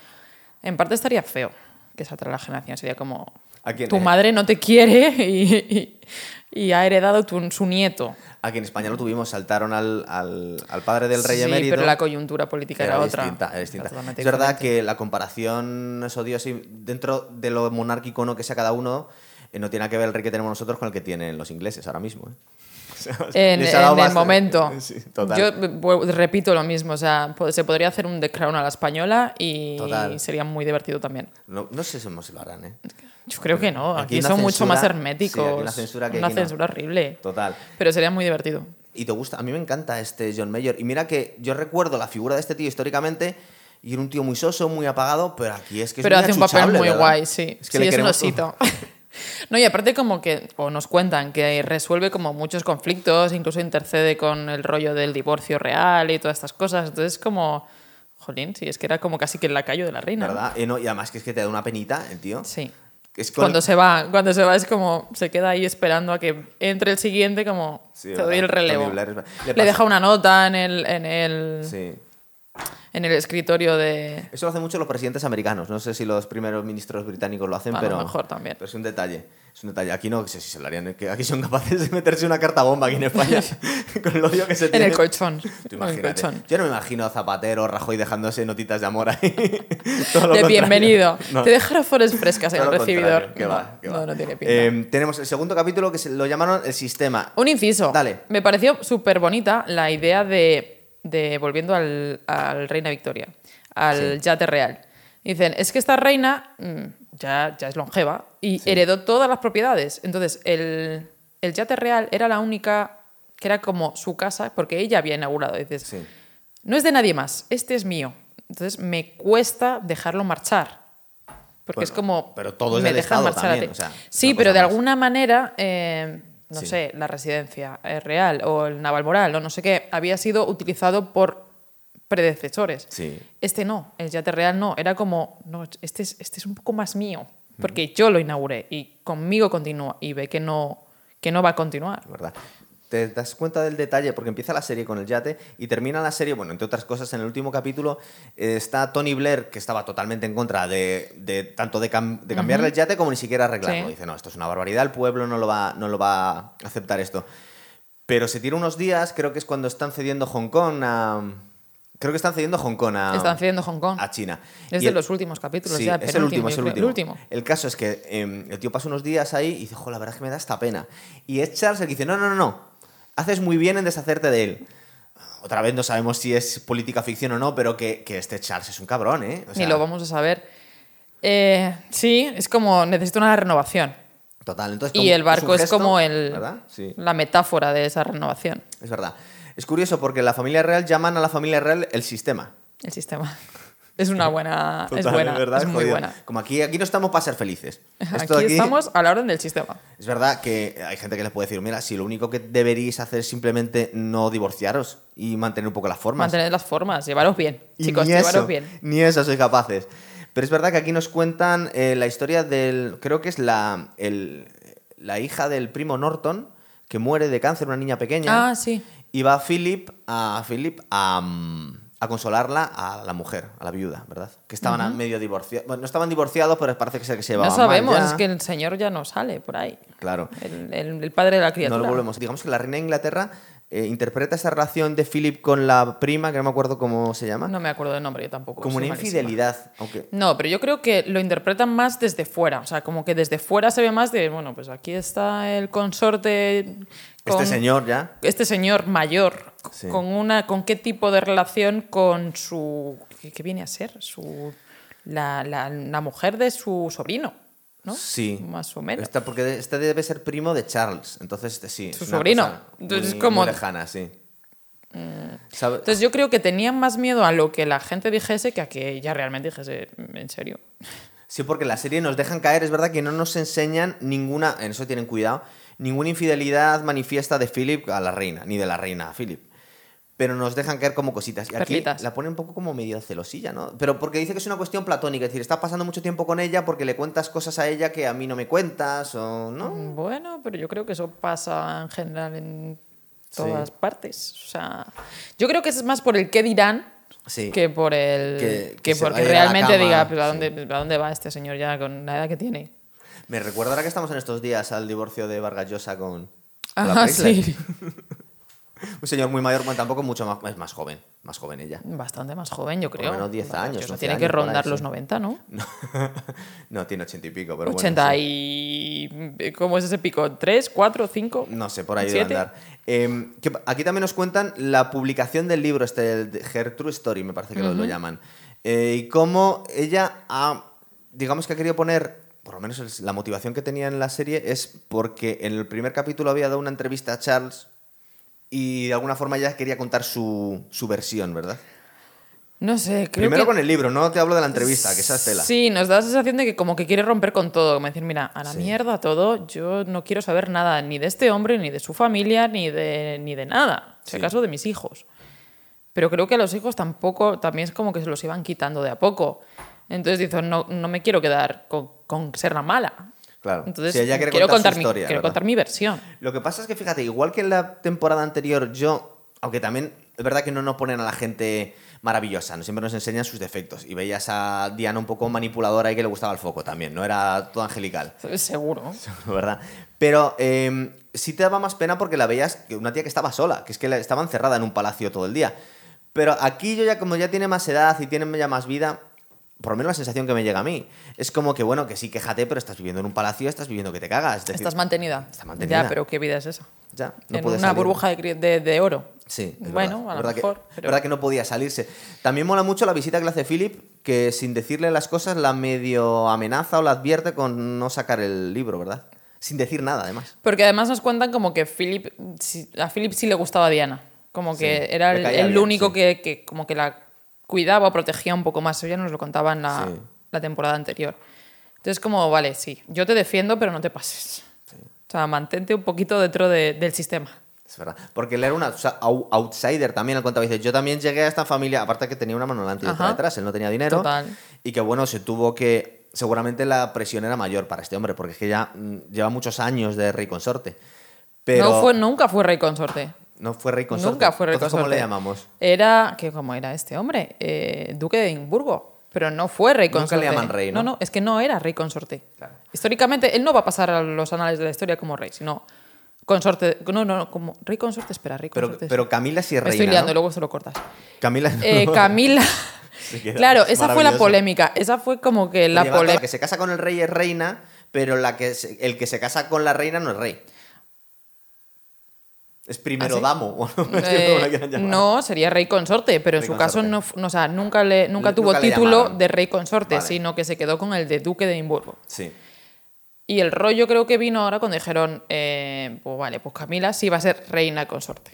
S2: En parte estaría feo que saltara la generación, sería como,
S1: ¿A quién?
S2: tu
S1: Eh.
S2: madre no te quiere y, y- y ha heredado tu- su nieto.
S1: Aquí en España lo tuvimos, saltaron al, al- al padre del rey
S2: sí,
S1: emérito.
S2: pero la coyuntura política era, otra.
S1: distinta, era
S2: Era
S1: distinta.
S2: totalmente
S1: Es verdad
S2: diferente.
S1: que la comparación es odiosa y dentro de lo monárquico no que sea cada uno, eh, no tiene nada que ver el rey que tenemos nosotros con el que tienen los ingleses ahora mismo. ¿eh? O sea,
S2: En,
S1: les ha dado
S2: en el
S1: bastante-
S2: momento.
S1: Sí, total.
S2: Yo vu- repito lo mismo, o sea, po- se podría hacer un The Crown a la española y
S1: Total.
S2: sería muy divertido también.
S1: No, no sé cómo se lo harán, ¿eh?
S2: Yo creo que no,
S1: Aquí
S2: aquí,
S1: una
S2: son mucho más
S1: censura-
S2: herméticos.
S1: sí, aquí una censura que
S2: Una
S1: aquí no.
S2: censura horrible,
S1: Total.
S2: pero sería muy divertido.
S1: Y te gusta, a mí me encanta este John Mayer. Y mira que yo recuerdo la figura de este tío históricamente y era un tío muy soso, muy apagado, pero aquí es que es
S2: pero
S1: muy
S2: hace un papel
S1: achuchable,
S2: muy
S1: ¿verdad?
S2: guay, sí.
S1: Es que
S2: sí,
S1: le
S2: es un
S1: queremos-
S2: osito. No, y aparte como que, o nos cuentan, que resuelve como muchos conflictos, incluso intercede con el rollo del divorcio real y todas estas cosas. Entonces como, jolín, sí, es que era como casi que el lacayo de la reina. ¿no?
S1: ¿Verdad? Eh, no, y además que es que te da una penita el tío.
S2: Sí.
S1: Que Es con-
S2: Cuando se va, cuando se va es como se queda ahí esperando a que entre el siguiente, como
S1: Sí,
S2: te
S1: ¿verdad?
S2: doy el relevo.
S1: Tony Blair es- le
S2: Le,
S1: pasa-
S2: deja una nota en el, en el,
S1: Sí.
S2: en el escritorio de.
S1: Eso lo hacen mucho los presidentes americanos. No sé si los primeros ministros británicos lo hacen,
S2: A lo
S1: pero.
S2: mejor también.
S1: Pero es un detalle. Es un detalle. Aquí no sé si se lo harían. es que Aquí son capaces de meterse una carta bomba aquí en España. con el odio que se
S2: En
S1: tiene.
S2: el colchón.
S1: Tú
S2: En el
S1: imagínate.
S2: colchón.
S1: Yo no me imagino a Zapatero, Rajoy dejándose notitas de amor ahí. Todo lo
S2: De
S1: contrario.
S2: bienvenido.
S1: No.
S2: Te dejará flores frescas en
S1: Todo
S2: el
S1: lo
S2: recibidor.
S1: contrario. Que
S2: no,
S1: va, que va.
S2: no, no tiene pinta.
S1: Eh, tenemos el segundo capítulo que se- lo llamaron El Sistema.
S2: Un inciso.
S1: Dale.
S2: Me pareció súper bonita la idea de, de- volviendo al, al Reina Victoria, al yate real. Dicen, es que esta reina mm, ya, ya es longeva y heredó todas las propiedades. Entonces, el, el yate real era la única que era como su casa, porque ella había inaugurado. Dices,
S1: Sí.
S2: no es de nadie más, este es mío. Entonces, me cuesta dejarlo marchar. Porque
S1: Bueno,
S2: es como.
S1: pero todo es
S2: me
S1: del
S2: dejan
S1: Estado
S2: marchar a
S1: también,
S2: ti.
S1: o sea,
S2: sí,
S1: una
S2: pero
S1: cosa
S2: de
S1: más.
S2: alguna manera, eh, no
S1: Sí.
S2: sé, la residencia eh, real o el Navalmoral o no sé qué, había sido utilizado por predecesores.
S1: Sí.
S2: Este no, el yate real no. Era como, no, este es, este es un poco más mío, porque yo lo inauguré y conmigo continúa y ve que no, que no va a continuar.
S1: es verdad. Te das cuenta del detalle porque empieza la serie con el yate y termina la serie, bueno, entre otras cosas, en el último capítulo eh, está Tony Blair, que estaba totalmente en contra de, de- tanto de, cam- de cambiarle el yate como ni siquiera arreglarlo.
S2: Sí.
S1: Dice, no, esto es una barbaridad, el pueblo no lo va, no lo va a aceptar esto. Pero se tira unos días, creo que es cuando están cediendo Hong Kong a... Creo que están cediendo Hong Kong a...
S2: Están cediendo Hong Kong.
S1: A China. Ah.
S2: Es
S1: Y
S2: de
S1: el-
S2: los últimos capítulos,
S1: Sí,
S2: ya,
S1: es el último,
S2: penúltimo,
S1: es el
S2: yo creo.
S1: último. El caso es que eh, el tío pasa unos días ahí y dice, jo, la verdad es que me da esta pena. Y es Charles el que dice, no, no, no, no, haces muy bien en deshacerte de él. Otra vez no sabemos si es política ficción o no, pero que, que este Charles es un cabrón, ¿eh? O sea,
S2: Ni lo vamos a saber. Eh, sí, es como necesito una renovación.
S1: Total, entonces...
S2: Y
S1: como-
S2: el barco
S1: un
S2: es,
S1: gesto,
S2: como el,
S1: ¿Verdad? Sí,
S2: la metáfora de esa renovación,
S1: es verdad. Es curioso porque la familia real llaman a la familia real el sistema.
S2: el sistema. Es una buena, es
S1: Total,
S2: buena,
S1: verdad,
S2: es muy
S1: jodido.
S2: buena.
S1: Como aquí, aquí no estamos para ser felices. Esto
S2: Aquí estamos a la orden del sistema.
S1: Es verdad que hay gente que les puede decir, mira, si lo único que deberíais hacer es simplemente no divorciaros y mantener un poco las formas.
S2: Mantened las formas, llevaros bien,
S1: Y
S2: chicos,
S1: ni
S2: llevaros
S1: eso,
S2: bien.
S1: Ni eso sois capaces. Pero es verdad que aquí nos cuentan eh, la historia del, creo que es la, el- la hija del primo Norton, que muere de cáncer, una niña pequeña.
S2: Ah, sí.
S1: Y va Philip a, Philip a, mm, a consolarla a la mujer, a la viuda, ¿verdad? Que estaban a medio divorciados. Bueno, no estaban divorciados, pero parece que se, que se
S2: No
S1: llevaban mal
S2: sabemos,
S1: ya.
S2: es que el señor ya no sale por ahí.
S1: Claro.
S2: El, el- el padre de la criatura.
S1: No lo volvemos. Digamos que la reina de Inglaterra eh, interpreta esa relación de Philip con la prima, que no me acuerdo cómo se llama,
S2: No pues me acuerdo del nombre, yo tampoco.
S1: como
S2: soy
S1: una
S2: malísima.
S1: infidelidad. Aunque...
S2: No, pero yo creo que lo interpretan más desde fuera. O sea, como que desde fuera se ve más de, bueno, pues aquí está el consorte. con-
S1: Este señor ya.
S2: Este señor mayor.
S1: Sí.
S2: Con, una, ¿Con qué tipo de relación con su. ¿Qué, qué viene a ser? Su, la, la- la mujer de su sobrino, ¿no?
S1: Sí.
S2: Más o menos.
S1: Esta- porque este debe ser primo de Charles. Entonces, este sí.
S2: Su
S1: es una
S2: sobrino.
S1: cosa
S2: Entonces,
S1: muy,
S2: como- Mm.
S1: muy lejana, sí. ¿Sabe-
S2: Entonces yo creo que tenían más miedo a lo que la gente dijese que a que ella realmente dijese, en serio.
S1: Sí, porque la serie nos dejan caer, es verdad que no nos enseñan ninguna, en eso tienen cuidado, ninguna infidelidad manifiesta de Philip a la reina, ni de la reina a Philip. Pero nos dejan caer como cositas. Y aquí
S2: Perlitas.
S1: la pone un poco como medio celosilla, ¿no? Pero porque dice que es una cuestión platónica, es decir, está pasando mucho tiempo con ella porque le cuentas cosas a ella que a mí no me cuentas, o no.
S2: Bueno, pero yo creo que eso pasa en general en todas
S1: Sí.
S2: partes. O sea, yo creo que es más por el qué dirán
S1: Sí.
S2: que por el
S1: Que-
S2: que,
S1: que se
S2: porque
S1: vaya a la
S2: realmente
S1: cama,
S2: diga ¿pero a dónde a dónde va este señor ya con la edad que tiene.
S1: Me recuerda ahora que estamos en estos días al divorcio de Vargas Llosa con... con la
S2: Ah,
S1: Preisler.
S2: sí.
S1: Un señor muy mayor, bueno, tampoco mucho más, es más joven, más joven ella.
S2: Bastante más joven, yo
S1: Por
S2: creo.
S1: lo menos 10
S2: Bueno,
S1: años,
S2: eso
S1: 11
S2: tiene que
S1: años, por ahí,
S2: rondar los
S1: sí.
S2: 90, ¿no?
S1: No, no tiene ochenta y pico, pero
S2: 80
S1: bueno. sí.
S2: y... ¿Cómo es ese pico? ¿3, 4, 5?
S1: No sé, por ahí debe
S2: ¿Siete?
S1: andar. Eh, que pa- aquí también nos cuentan la publicación del libro, este el de Gertrude Story, me parece que lo- lo, llaman. Eh, y cómo ella ha, digamos que ha querido poner, por lo menos es la motivación que tenía en la serie es porque en el primer capítulo había dado una entrevista a Charles y de alguna forma ella quería contar su, su versión, ¿verdad?
S2: No sé, creo
S1: Primero
S2: que...
S1: con el libro, no te hablo de la entrevista, que esa es tela.
S2: Sí, nos da la sensación de que como que quiere romper con todo, como decir, mira, a la
S1: Sí.
S2: mierda todo, yo no quiero saber nada ni de este hombre, ni de su familia, ni de, ni de nada, si
S1: Sí.
S2: acaso de mis hijos. Pero creo que a los hijos tampoco, también es como que se los iban quitando de a poco. Entonces dice, no, no me quiero quedar con, con ser la mala.
S1: Claro.
S2: Entonces
S1: Si ella quiere
S2: quiero
S1: contar su
S2: mi,
S1: historia,
S2: quiero
S1: ¿verdad?
S2: contar mi versión.
S1: Lo que pasa es que, fíjate, igual que en la temporada anterior, yo, aunque también es verdad que no nos ponen a la gente maravillosa, no siempre nos enseñan sus defectos. Y veías a Diana un poco manipuladora y que le gustaba el foco también, no era todo angelical,
S2: Seguro.
S1: ¿verdad? Pero eh, sí te daba más pena porque la veías que una tía que estaba sola, que es que la- estaba encerrada en un palacio todo el día. Pero aquí yo ya, como ya tiene más edad y tiene ya más vida, por lo menos la sensación que me llega a mí, es como que, bueno, que sí, quéjate, pero estás viviendo en un palacio, estás viviendo que te cagas. es decir,
S2: Estás mantenida.
S1: Está mantenida.
S2: Ya, pero ¿qué vida es esa?
S1: ya, no
S2: en una
S1: puedes salir.
S2: burbuja de, cri- de- de oro.
S1: Sí, es
S2: Bueno,
S1: verdad.
S2: a
S1: Es
S2: lo
S1: verdad que-
S2: mejor.
S1: es
S2: pero-
S1: verdad que no podía salirse. También mola mucho la visita que le hace Philip, que sin decirle las cosas la medio amenaza o la advierte con no sacar el libro, ¿verdad? Sin decir nada, además.
S2: Porque además nos cuentan como que Philip, sí- a Philip sí le gustaba Diana. Como que
S1: Sí,
S2: era
S1: le
S2: el,
S1: caía
S2: el
S1: bien,
S2: único
S1: sí.
S2: que, que como que la cuidaba o protegía un poco más. Eso ya nos lo contaba en la,
S1: Sí.
S2: la temporada anterior. Entonces como, vale, sí, yo te defiendo, pero no te pases. O sea, mantente un poquito dentro de- del sistema.
S1: Es verdad. Porque él era un outs- ou- outsider también. Él contaba, dice, yo también llegué a esta familia, aparte que tenía una mano delante y otra
S2: Ajá.
S1: detrás, él no tenía dinero.
S2: Total.
S1: Y que bueno, se tuvo que... Seguramente la presión era mayor para este hombre, porque es que ya mm, lleva muchos años de rey consorte. Pero
S2: No fue, nunca fue rey eh. consorte.
S1: no fue rey consorte.
S2: Nunca fue rey
S1: Entonces,
S2: consorte.
S1: ¿Cómo le llamamos?
S2: Era, que ¿cómo era este hombre? Eh, duque de Edimburgo. Pero no fue rey
S1: Nunca
S2: consorte.
S1: le llaman rey, ¿no?
S2: No, es que no era rey consorte.
S1: Claro.
S2: Históricamente, él no va a pasar a los anales de la historia como rey, sino consorte. No, no, no, como rey consorte, espera, rey
S1: Pero,
S2: consorte.
S1: pero Camila sí es
S2: Me
S1: reina.
S2: estoy liando,
S1: ¿no?
S2: luego se lo cortas.
S1: Camila.
S2: Eh, Camila.
S1: Se queda
S2: claro, esa fue la
S1: maravilloso.
S2: polémica. Esa fue como que la
S1: Oye, va, pero La
S2: polémica.
S1: que se casa con el rey es reina, pero la que se- el que se casa con la reina no es rey. Es primero
S2: ¿Ah, sí? Eh,
S1: damo. o no, es que como la quieran llamar.
S2: no, sería rey consorte, pero en
S1: Rey
S2: su
S1: consorte.
S2: caso no, fu- no, o sea, nunca, le, nunca
S1: Le-
S2: tuvo
S1: nunca le
S2: título
S1: llamaron.
S2: de rey consorte,
S1: Vale.
S2: sino que se quedó con el de duque de Edimburgo.
S1: Sí.
S2: Y el rollo creo que vino ahora cuando dijeron, eh, pues vale, pues Camila sí va a ser reina consorte.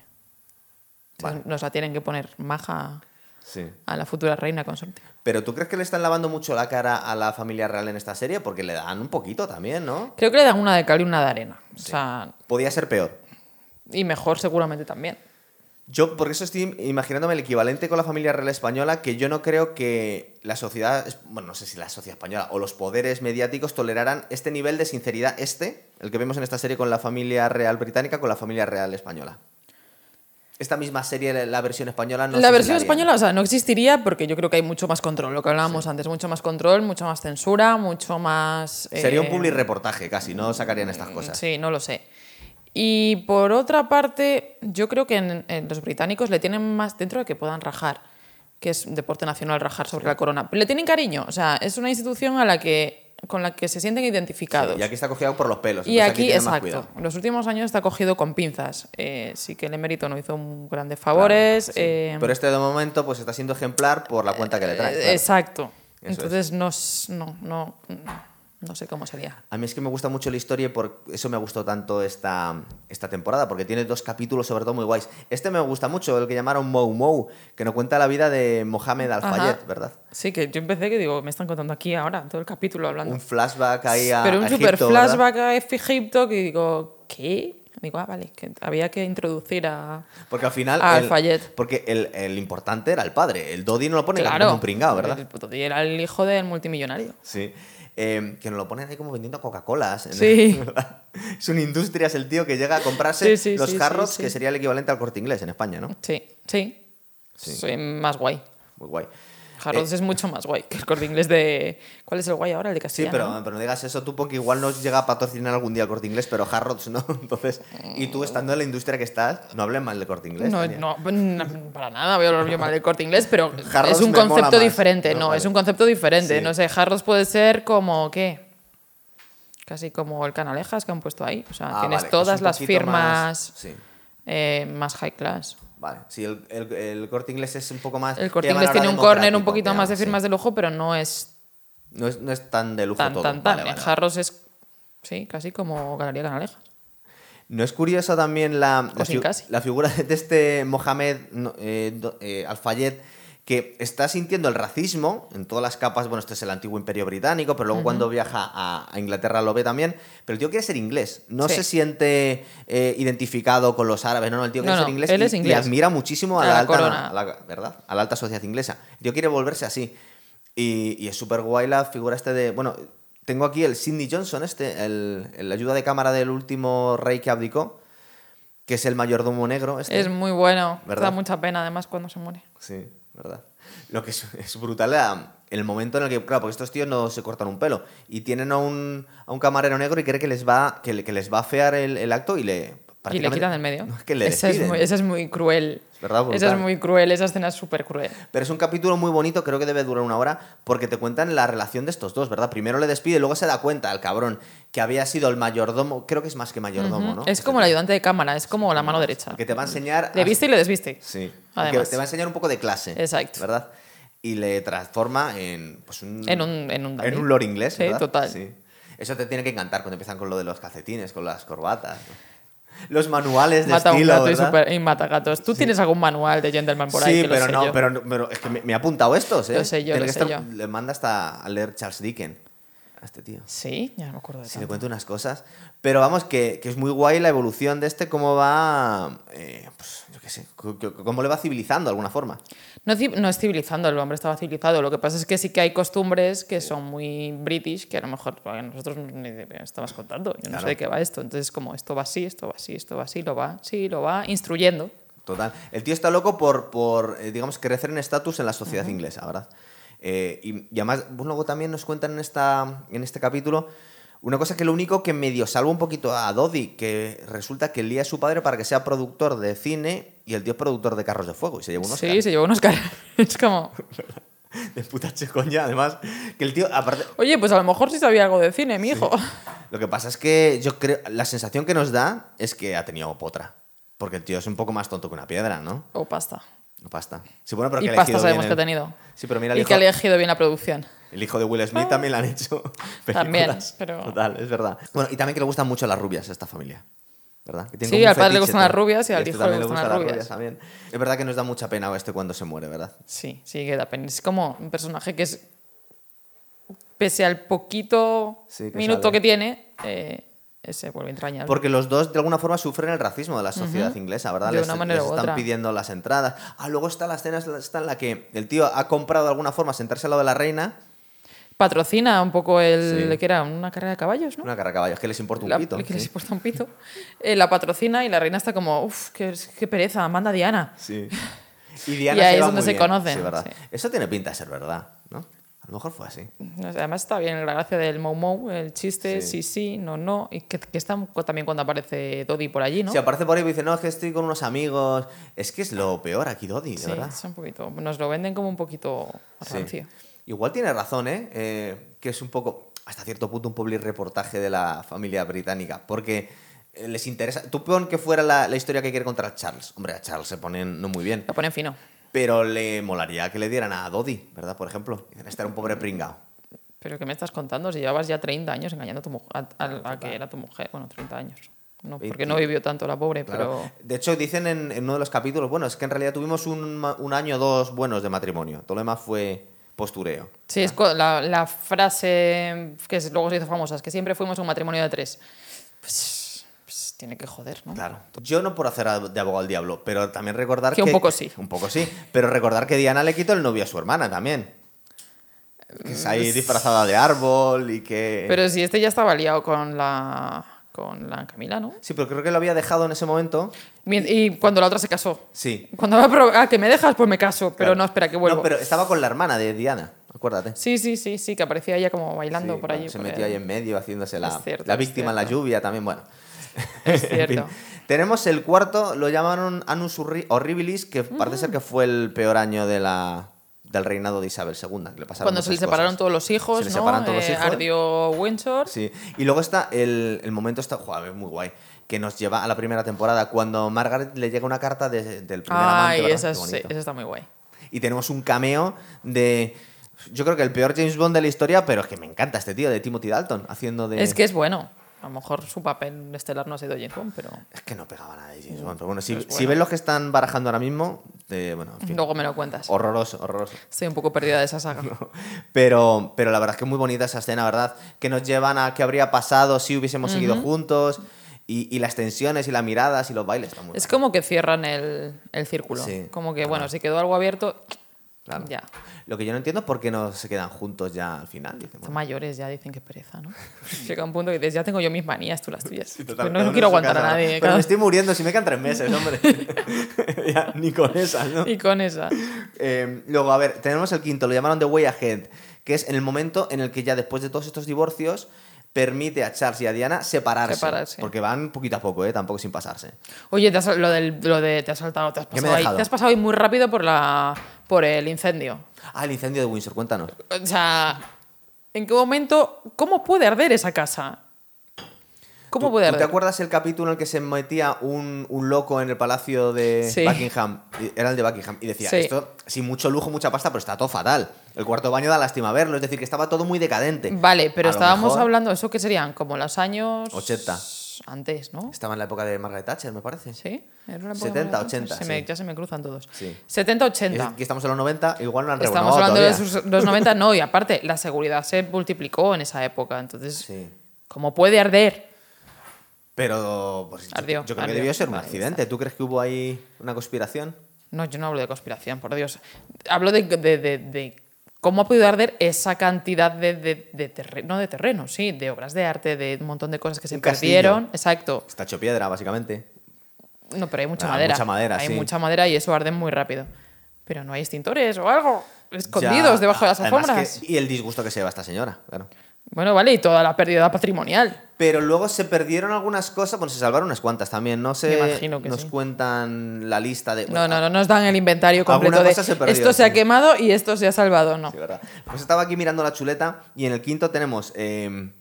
S2: Entonces, Nos la tienen que poner maja
S1: Sí.
S2: a la futura reina consorte.
S1: Pero ¿tú crees que le están lavando mucho la cara a la familia real en esta serie? Porque le dan un poquito también, ¿no?
S2: Creo que le dan una de cal y una de arena. O sea,
S1: Podía ser peor.
S2: y mejor seguramente también.
S1: Yo por eso estoy imaginándome el equivalente con la familia real española, que yo no creo que la sociedad, es- bueno, no sé si la sociedad española o los poderes mediáticos toleraran este nivel de sinceridad, este, el que vemos en esta serie con la familia real británica, con la familia real española. Esta misma serie, la- la versión española, no sé
S2: la
S1: si
S2: versión
S1: harían.
S2: española, o sea, no existiría porque yo creo que hay mucho más control, lo que hablábamos antes, mucho más control, mucho más censura, mucho más...
S1: Sería un
S2: eh,
S1: public reportaje casi, no sacarían estas cosas.
S2: Sí, no Mm, lo sé. Y por otra parte, yo creo que en- en los británicos le tienen más dentro de que puedan rajar, que es un deporte nacional rajar sobre la corona. Pero le tienen cariño, o sea, es una institución a la que, con la que se sienten identificados.
S1: Y aquí está cogido por los pelos.
S2: Y
S1: entonces
S2: aquí,
S1: tiene más
S2: exacto,
S1: cuidado.
S2: en los últimos años está cogido con pinzas. Eh, sí que el emérito no hizo un- grandes favores.
S1: Sí.
S2: eh,
S1: Pero este de momento pues está siendo ejemplar por la cuenta que le trae.
S2: eh,
S1: claro.
S2: Exacto.
S1: Eso es.
S2: Entonces no, s- no, no, no sé cómo sería.
S1: A mí es que me gusta mucho la historia y por eso me gustó tanto esta, esta temporada, porque tiene dos capítulos sobre todo muy guays. Este me gusta mucho, el que llamaron Mou Mou, que nos cuenta la vida de Mohamed Al-Fayed,
S2: Ajá.
S1: ¿verdad?
S2: Sí, que yo empecé que digo, me están contando aquí ahora, todo el capítulo hablando.
S1: Un flashback ahí a
S2: Pero un
S1: a
S2: super
S1: Egipto, ¿verdad?
S2: flashback a Egipto que digo, ¿qué? Digo, ah, vale, que había que introducir a.
S1: Porque al final...
S2: a
S1: el-
S2: Al-Fayed.
S1: Porque el, el importante era el padre, el Dodi no lo pone
S2: claro.
S1: como un pringao, ¿verdad?
S2: El puto tío era el hijo del multimillonario.
S1: Sí. Eh, que nos lo ponen ahí como vendiendo Coca-Colas. en-
S2: Sí.
S1: es una industria, es el tío que llega a comprarse
S2: Sí, sí,
S1: los
S2: sí,
S1: jarros,
S2: sí, sí.
S1: que sería el equivalente al corte inglés en España, ¿no?
S2: Sí, sí.
S1: Sí. Eh.
S2: Soy más guay.
S1: Muy guay.
S2: Harrods es mucho más guay que el corte inglés de. ¿Cuál es el guay ahora? El de
S1: Sí,
S2: Castilla.
S1: pero, pero no digas eso tú porque igual nos llega a patrocinar algún día el corte inglés, pero Harrods no. Entonces, y tú estando en la industria que estás, no hables mal del corte inglés.
S2: No,
S1: Tania.
S2: no, no, para nada voy a hablar yo mal del corte inglés, pero
S1: Harrods
S2: es un
S1: me mola
S2: concepto
S1: más.
S2: diferente.
S1: No,
S2: No,
S1: vale.
S2: es un concepto diferente.
S1: Sí.
S2: No sé, Harrods puede ser como, ¿qué? Casi como el Canalejas que han puesto ahí. O sea,
S1: Ah, vale, que
S2: tienes
S1: es un
S2: todas las
S1: poquito
S2: firmas
S1: más- sí.
S2: eh, más high class.
S1: Vale, sí, el, el- el corte inglés es un poco más.
S2: El
S1: que
S2: corte
S1: llaman
S2: inglés
S1: ahora
S2: tiene un corner un
S1: democrático,
S2: poquito
S1: que
S2: más de
S1: llaman,
S2: firmas de lujo, pero no es
S1: sí. No es, no es tan de lujo
S2: tan,
S1: todo.
S2: tan, tan.
S1: Vale, vale,
S2: En
S1: vale.
S2: Harrods es, sí, casi como Galería Canalejas.
S1: ¿No es curiosa también la, la,
S2: sin
S1: fi-
S2: Pues casi.
S1: la figura de este Mohamed no, eh, do- eh, Al-Fayed que está sintiendo el racismo en todas las capas? Bueno, este es el antiguo imperio británico, pero luego cuando viaja a, a Inglaterra lo ve también. Pero el tío quiere ser inglés, no
S2: Sí.
S1: se siente eh, identificado con los árabes, no, no, el tío quiere
S2: No,
S1: ser
S2: no,
S1: inglés,
S2: él
S1: y,
S2: es
S1: y
S2: inglés.
S1: admira muchísimo a,
S2: A
S1: la,
S2: la
S1: alta,
S2: corona.
S1: a la- ¿verdad? a la alta sociedad inglesa. El tío quiere volverse así. Y, y es súper guay la figura este de... Bueno, tengo aquí el Sidney Johnson, este, el, el ayuda de cámara del último rey que abdicó, que es el mayordomo negro. Este.
S2: Es muy bueno.
S1: ¿Verdad?
S2: Da mucha pena además cuando se muere.
S1: Sí, verdad. Lo que es, es brutal la- el momento en el que, claro, porque estos tíos no se cortan un pelo y tienen a un, a un camarero negro y cree que les va, que, le- que les va a fear el, el acto y le...
S2: Y le
S1: prácticamente-
S2: quitan del medio.
S1: No, es que le
S2: Esa es
S1: despiden.
S2: muy, esa es muy cruel.
S1: Es verdad,
S2: esa es
S1: brutal.
S2: muy cruel, esa escena es súper cruel.
S1: Pero es un capítulo muy bonito, creo que debe durar una hora, porque te cuentan la relación de estos dos, ¿verdad? Primero le despide, luego se da cuenta, el cabrón, que había sido el mayordomo, creo que es más que mayordomo, ¿no?
S2: Es como el ayudante de cámara, es como la mano derecha.
S1: Que te va a enseñar...
S2: Le
S1: a-
S2: viste y le desviste.
S1: Sí.
S2: Además.
S1: Que te va a enseñar un poco de clase.
S2: Exacto.
S1: ¿Verdad? Y le transforma en... Pues un,
S2: En un- en un dandy.
S1: lore inglés,
S2: Sí,
S1: ¿verdad?
S2: total.
S1: Sí. Eso te tiene que encantar cuando empiezan con lo de los calcetines, con las corbatas. ¿no? Los manuales de
S2: Mata a un
S1: estilo,
S2: gato y,
S1: ¿verdad?
S2: super- y mata gatos. ¿Tú tienes algún manual de Gentleman por ahí?
S1: sí,
S2: que lo
S1: pero
S2: sé
S1: no,
S2: yo?
S1: pero no- pero es que me, me ha apuntado estos, ¿eh?
S2: Lo sé yo,
S1: Tiene
S2: lo
S1: que
S2: sé
S1: estar-
S2: yo.
S1: Le manda hasta a leer Charles Dickens a este tío.
S2: Sí, ya no me acuerdo de
S1: Si le
S2: tanto.
S1: cuento unas cosas. Pero vamos, que, que es muy guay la evolución de este, cómo va. eh, pues, yo qué sé, c- c- cómo le va civilizando de alguna forma.
S2: No, es ci- no es civilizando, el hombre estaba civilizado. Lo que pasa es que sí que hay costumbres que son muy british, que a lo mejor bueno, nosotros ni de- estabas contando. Yo no
S1: Claro.
S2: sé de qué va esto. Entonces, como esto va así, esto va así, esto va así, lo va, sí, lo va instruyendo.
S1: Total. El tío está loco por, por eh, digamos, crecer en estatus en la sociedad inglesa, ¿verdad? Eh, y, y además, pues, luego también nos cuentan en, esta, en este capítulo una cosa que lo único que medio salva un poquito a Doddy, que resulta que lía a su padre para que sea productor de cine y el tío es productor de carros de fuego y se lleva unos
S2: Sí, se llevó unos caras. Es como,
S1: de puta checoña, además. Que el tío, aparte,
S2: oye, pues a lo mejor sí sabía algo de cine, mi hijo.
S1: Lo que pasa es que yo creo. La sensación que nos da es que ha tenido potra. Porque el tío es un poco más tonto que una piedra, ¿no?
S2: O pasta.
S1: No pasta. Sí, bueno, pero
S2: y
S1: que ha
S2: pasta
S1: elegido
S2: sabemos
S1: bien
S2: que ha
S1: el-
S2: tenido.
S1: Sí, pero mira, el
S2: Y que
S1: hijo,
S2: ha elegido bien la producción.
S1: el hijo de Will Smith también le han hecho.
S2: También,
S1: películas.
S2: pero-
S1: Total, es verdad. Bueno, y también que le gustan mucho las rubias a esta familia. ¿Verdad? Que tiene
S2: Sí,
S1: como un
S2: al padre le
S1: fetiche,
S2: gustan las
S1: tío.
S2: rubias y al
S1: este
S2: hijo le
S1: también
S2: gustan las rubias.
S1: también. Es verdad que nos da mucha pena este cuando se muere, ¿verdad?
S2: Sí, sí, que da pena. Es como un personaje que es. Pese al poquito
S1: Sí, que
S2: minuto
S1: sale.
S2: que tiene, eh, se vuelve entrañable.
S1: Porque los dos, de alguna forma, sufren el racismo de la sociedad inglesa, ¿verdad?
S2: De
S1: les,
S2: una manera
S1: les
S2: u
S1: están
S2: otra.
S1: pidiendo las entradas. Ah, luego está la escena está en la que el tío ha comprado de alguna forma sentarse al lado de la reina.
S2: Patrocina un poco el.
S1: Sí.
S2: que era? Una carrera de caballos, ¿no?
S1: Una carga de caballos, que les importa un
S2: La-
S1: pito.
S2: que les
S1: sí.
S2: importa un pito. Eh, la patrocina y la reina está como, uff, qué, qué pereza, manda a Diana.
S1: Sí. Y Diana
S2: Y ahí
S1: se
S2: es
S1: lleva muy
S2: donde se
S1: bien,
S2: conocen,
S1: sí, verdad.
S2: sí.
S1: Eso tiene pinta de ser verdad, ¿no? A lo mejor fue así.
S2: No sé, Además está bien la gracia del Mou Mou, el chiste,
S1: Sí.
S2: sí, sí, no, no. Y que, que está también cuando aparece Dodi por allí, ¿no?
S1: Si aparece por ahí y dice, no, es que estoy con unos amigos. Es que es lo peor aquí, Dodi, de
S2: Sí,
S1: verdad.
S2: es un poquito. Nos lo venden como un poquito
S1: Sí.
S2: rancio.
S1: Igual tiene razón, ¿eh? Eh, Que es un poco, hasta cierto punto, un public reportaje de la familia británica. Porque eh, les interesa. Tú pon que fuera la, la historia que quiere contar Charles. Hombre, a Charles se ponen no muy bien.
S2: Lo ponen fino.
S1: Pero le molaría que le dieran a Dodi, ¿verdad? Por ejemplo. Dicen, este era un pobre pringao.
S2: Pero ¿qué me estás contando? Si llevabas ya 30 años engañando a, tu mu- a, a- a que era tu mujer. Bueno, 30 años. No, porque no
S1: 20.
S2: vivió tanto la pobre,
S1: Claro.
S2: pero...
S1: De hecho, dicen en, en uno de los capítulos, bueno, es que en realidad tuvimos un, ma- un año o dos buenos de matrimonio. Todo lo demás fue postureo.
S2: Sí, es co- la, la frase mm, que es- luego se hizo famosa, es que siempre fuimos a un matrimonio de tres. Pues, pues tiene que joder, ¿no?
S1: Claro. Yo no por hacer a- de abogado al diablo, pero también recordar que...
S2: Que un poco sí.
S1: Un poco sí. Pero recordar que Diana le quitó el novio a su hermana también. Que es ahí disfrazada de árbol y que...
S2: Mm, Pero si este ya estaba liado con la, con la Camila, ¿no?
S1: Sí, pero creo que lo había dejado en ese momento.
S2: Mien- Y cuando la otra se casó.
S1: Sí.
S2: Cuando va a pro- ah, que me dejas, pues me caso, pero
S1: Claro.
S2: no, espera, que vuelvo.
S1: No, pero estaba con la hermana de Diana, acuérdate.
S2: Sí, sí, sí, sí, que aparecía ella como bailando
S1: Sí,
S2: por
S1: bueno,
S2: allí.
S1: Se
S2: por
S1: metió
S2: el-
S1: ahí en medio haciéndose la,
S2: Es cierto,
S1: la
S2: es
S1: víctima en la
S2: cierto.
S1: lluvia también, bueno.
S2: Es
S1: En fin.
S2: cierto.
S1: Tenemos el cuarto, lo llamaron Anus Horri- Horribilis, que
S2: Mm.
S1: parece ser que fue el peor año de la, del reinado de Isabel II. Que le pasaron
S2: Cuando se le
S1: muchas
S2: separaron
S1: cosas.
S2: todos los hijos,
S1: Se le
S2: ¿no?
S1: separan todos los
S2: Eh,
S1: hijos.
S2: Ardió Windsor.
S1: Sí. Y luego está el, el momento, está, joder, muy guay, que nos lleva a la primera temporada, cuando Margaret le llega una carta de- del primer amante.
S2: Ay,
S1: ¿verdad?
S2: esa,
S1: Qué
S2: es-
S1: bonito.
S2: esa está muy guay.
S1: Y tenemos un cameo de. Yo creo que el peor James Bond de la historia, pero es que me encanta este tío, de Timothy Dalton, haciendo de.
S2: Es que es bueno. A lo mejor su papel estelar no ha sido James Bond, pero
S1: Es que no pegaba nada de James Bond, pero bueno, si,
S2: Pues
S1: si
S2: bueno.
S1: ves los que están barajando ahora mismo, te- bueno, en fin,
S2: luego me lo cuentas.
S1: horroroso, horroroso.
S2: Estoy un poco perdida de esa saga.
S1: Pero, pero la verdad es que es muy bonita esa escena, ¿verdad? Que nos llevan a qué habría pasado si hubiésemos seguido juntos, y, y las tensiones, y las miradas, y los bailes. está muy
S2: Es
S1: guay.
S2: como que cierran el, el círculo.
S1: Sí.
S2: Como que, bueno, si quedó algo abierto,
S1: Claro.
S2: ya.
S1: Lo que yo no entiendo es por qué no se quedan juntos ya al final. Dicen,
S2: Son
S1: bueno,
S2: mayores ya, dicen que pereza, ¿no? Llega un punto que dices, ya tengo yo mis manías, tú las tuyas.
S1: total,
S2: Pero
S1: cada
S2: pues no,
S1: uno
S2: no
S1: en su
S2: quiero aguantar
S1: casa,
S2: a
S1: ¿no?
S2: nadie.
S1: Pero
S2: claro.
S1: me estoy muriendo, si me quedan tres meses, hombre. Ya, ni con esas, ¿no?
S2: Y con esa.
S1: Eh, luego, a ver, tenemos el quinto, lo llamaron The Way Ahead, que es en el momento en el que ya después de todos estos divorcios permite a Charles y a Diana separarse.
S2: Separarse.
S1: Porque van poquito a poco, ¿eh? tampoco sin pasarse.
S2: Oye, te has- lo, del, lo de te has saltado, te has
S1: ¿Qué me he
S2: pasado ahí.
S1: dejado?
S2: Te has pasado ahí muy rápido por, la, por el incendio.
S1: Ah, el incendio de Windsor, cuéntanos.
S2: O sea, ¿en qué momento? ¿Cómo puede arder esa casa? ¿Cómo
S1: ¿Tú-
S2: puede
S1: tú
S2: arder?
S1: ¿Te acuerdas el capítulo en el que se metía un, un loco en el palacio de
S2: Sí.
S1: Buckingham? Y- Era el de Buckingham. Y decía,
S2: Sí.
S1: esto sin mucho lujo, mucha pasta, pero está todo fatal. El cuarto baño da lástima verlo, es decir, que estaba todo muy decadente.
S2: Vale, pero
S1: A lo
S2: estábamos
S1: mejor
S2: hablando, ¿eso que serían? Como los años.
S1: 80.
S2: Antes, ¿no?
S1: Estaba en la época de Margaret Thatcher, me parece.
S2: ¿Sí? Era una época
S1: 70,
S2: más atrás.
S1: 80,
S2: Se me-
S1: sí.
S2: Ya se me cruzan todos.
S1: Sí.
S2: 70, 80.
S1: Aquí estamos en los 90, igual no han
S2: Estamos
S1: renovado
S2: hablando
S1: todavía.
S2: de sus- los 90, no, y aparte, la seguridad se multiplicó en esa época. Entonces,
S1: Sí.
S2: ¿cómo puede arder?
S1: Pero pues, yo-
S2: Ardió,
S1: yo, creo que
S2: ardió.
S1: debió ser un
S2: Vale, ya
S1: accidente. ¿Tú crees que hubo ahí una conspiración?
S2: No, yo no hablo de conspiración, por Dios. Hablo de, de- de- de cómo ha podido arder esa cantidad de, de, de terreno, no de terreno, sí, de obras de arte, de un montón de cosas que se
S1: Un
S2: perdieron.
S1: castillo.
S2: Exacto.
S1: Está hecho piedra, básicamente.
S2: No, pero hay mucha
S1: Ah,
S2: madera.
S1: mucha madera,
S2: Hay
S1: sí.
S2: mucha madera y eso arde muy rápido. Pero no hay extintores o algo escondidos
S1: Ya- ah,
S2: debajo de las
S1: además
S2: alfombras.
S1: que- y el disgusto que se lleva esta señora, claro.
S2: Bueno, vale, y toda la pérdida patrimonial.
S1: Pero luego se perdieron algunas cosas, bueno, se salvaron unas cuantas también. No se
S2: Me imagino que
S1: nos
S2: sí.
S1: cuentan la lista de.
S2: No, no, no nos dan el inventario completo
S1: Alguna
S2: de
S1: cosa se perdió,
S2: esto
S1: sí.
S2: se ha quemado y esto se ha salvado, no.
S1: Sí, ¿verdad? Pues estaba aquí mirando la chuleta y en el quinto tenemos eh,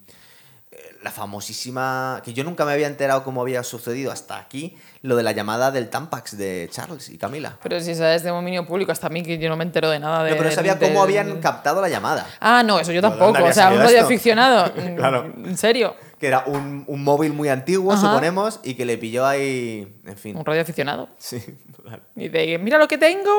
S1: eh, la famosísima, que yo nunca me había enterado cómo había sucedido hasta aquí, lo de la llamada del Tampax de Charles y Camila.
S2: Pero si sabes de dominio público, hasta a mí que yo no me entero de nada de.
S1: No, pero no
S2: del-
S1: sabía cómo
S2: del-
S1: habían captado la llamada.
S2: Ah, no, eso yo
S1: Pero ¿de
S2: tampoco.
S1: dónde
S2: O sea,
S1: había salido
S2: un radio
S1: esto?
S2: aficionado.
S1: Claro.
S2: claro. En serio.
S1: Que era un, un móvil muy antiguo,
S2: Ajá.
S1: suponemos, y que le pilló ahí. En fin.
S2: Un radio aficionado.
S1: Sí, total.
S2: Y de, mira lo que tengo,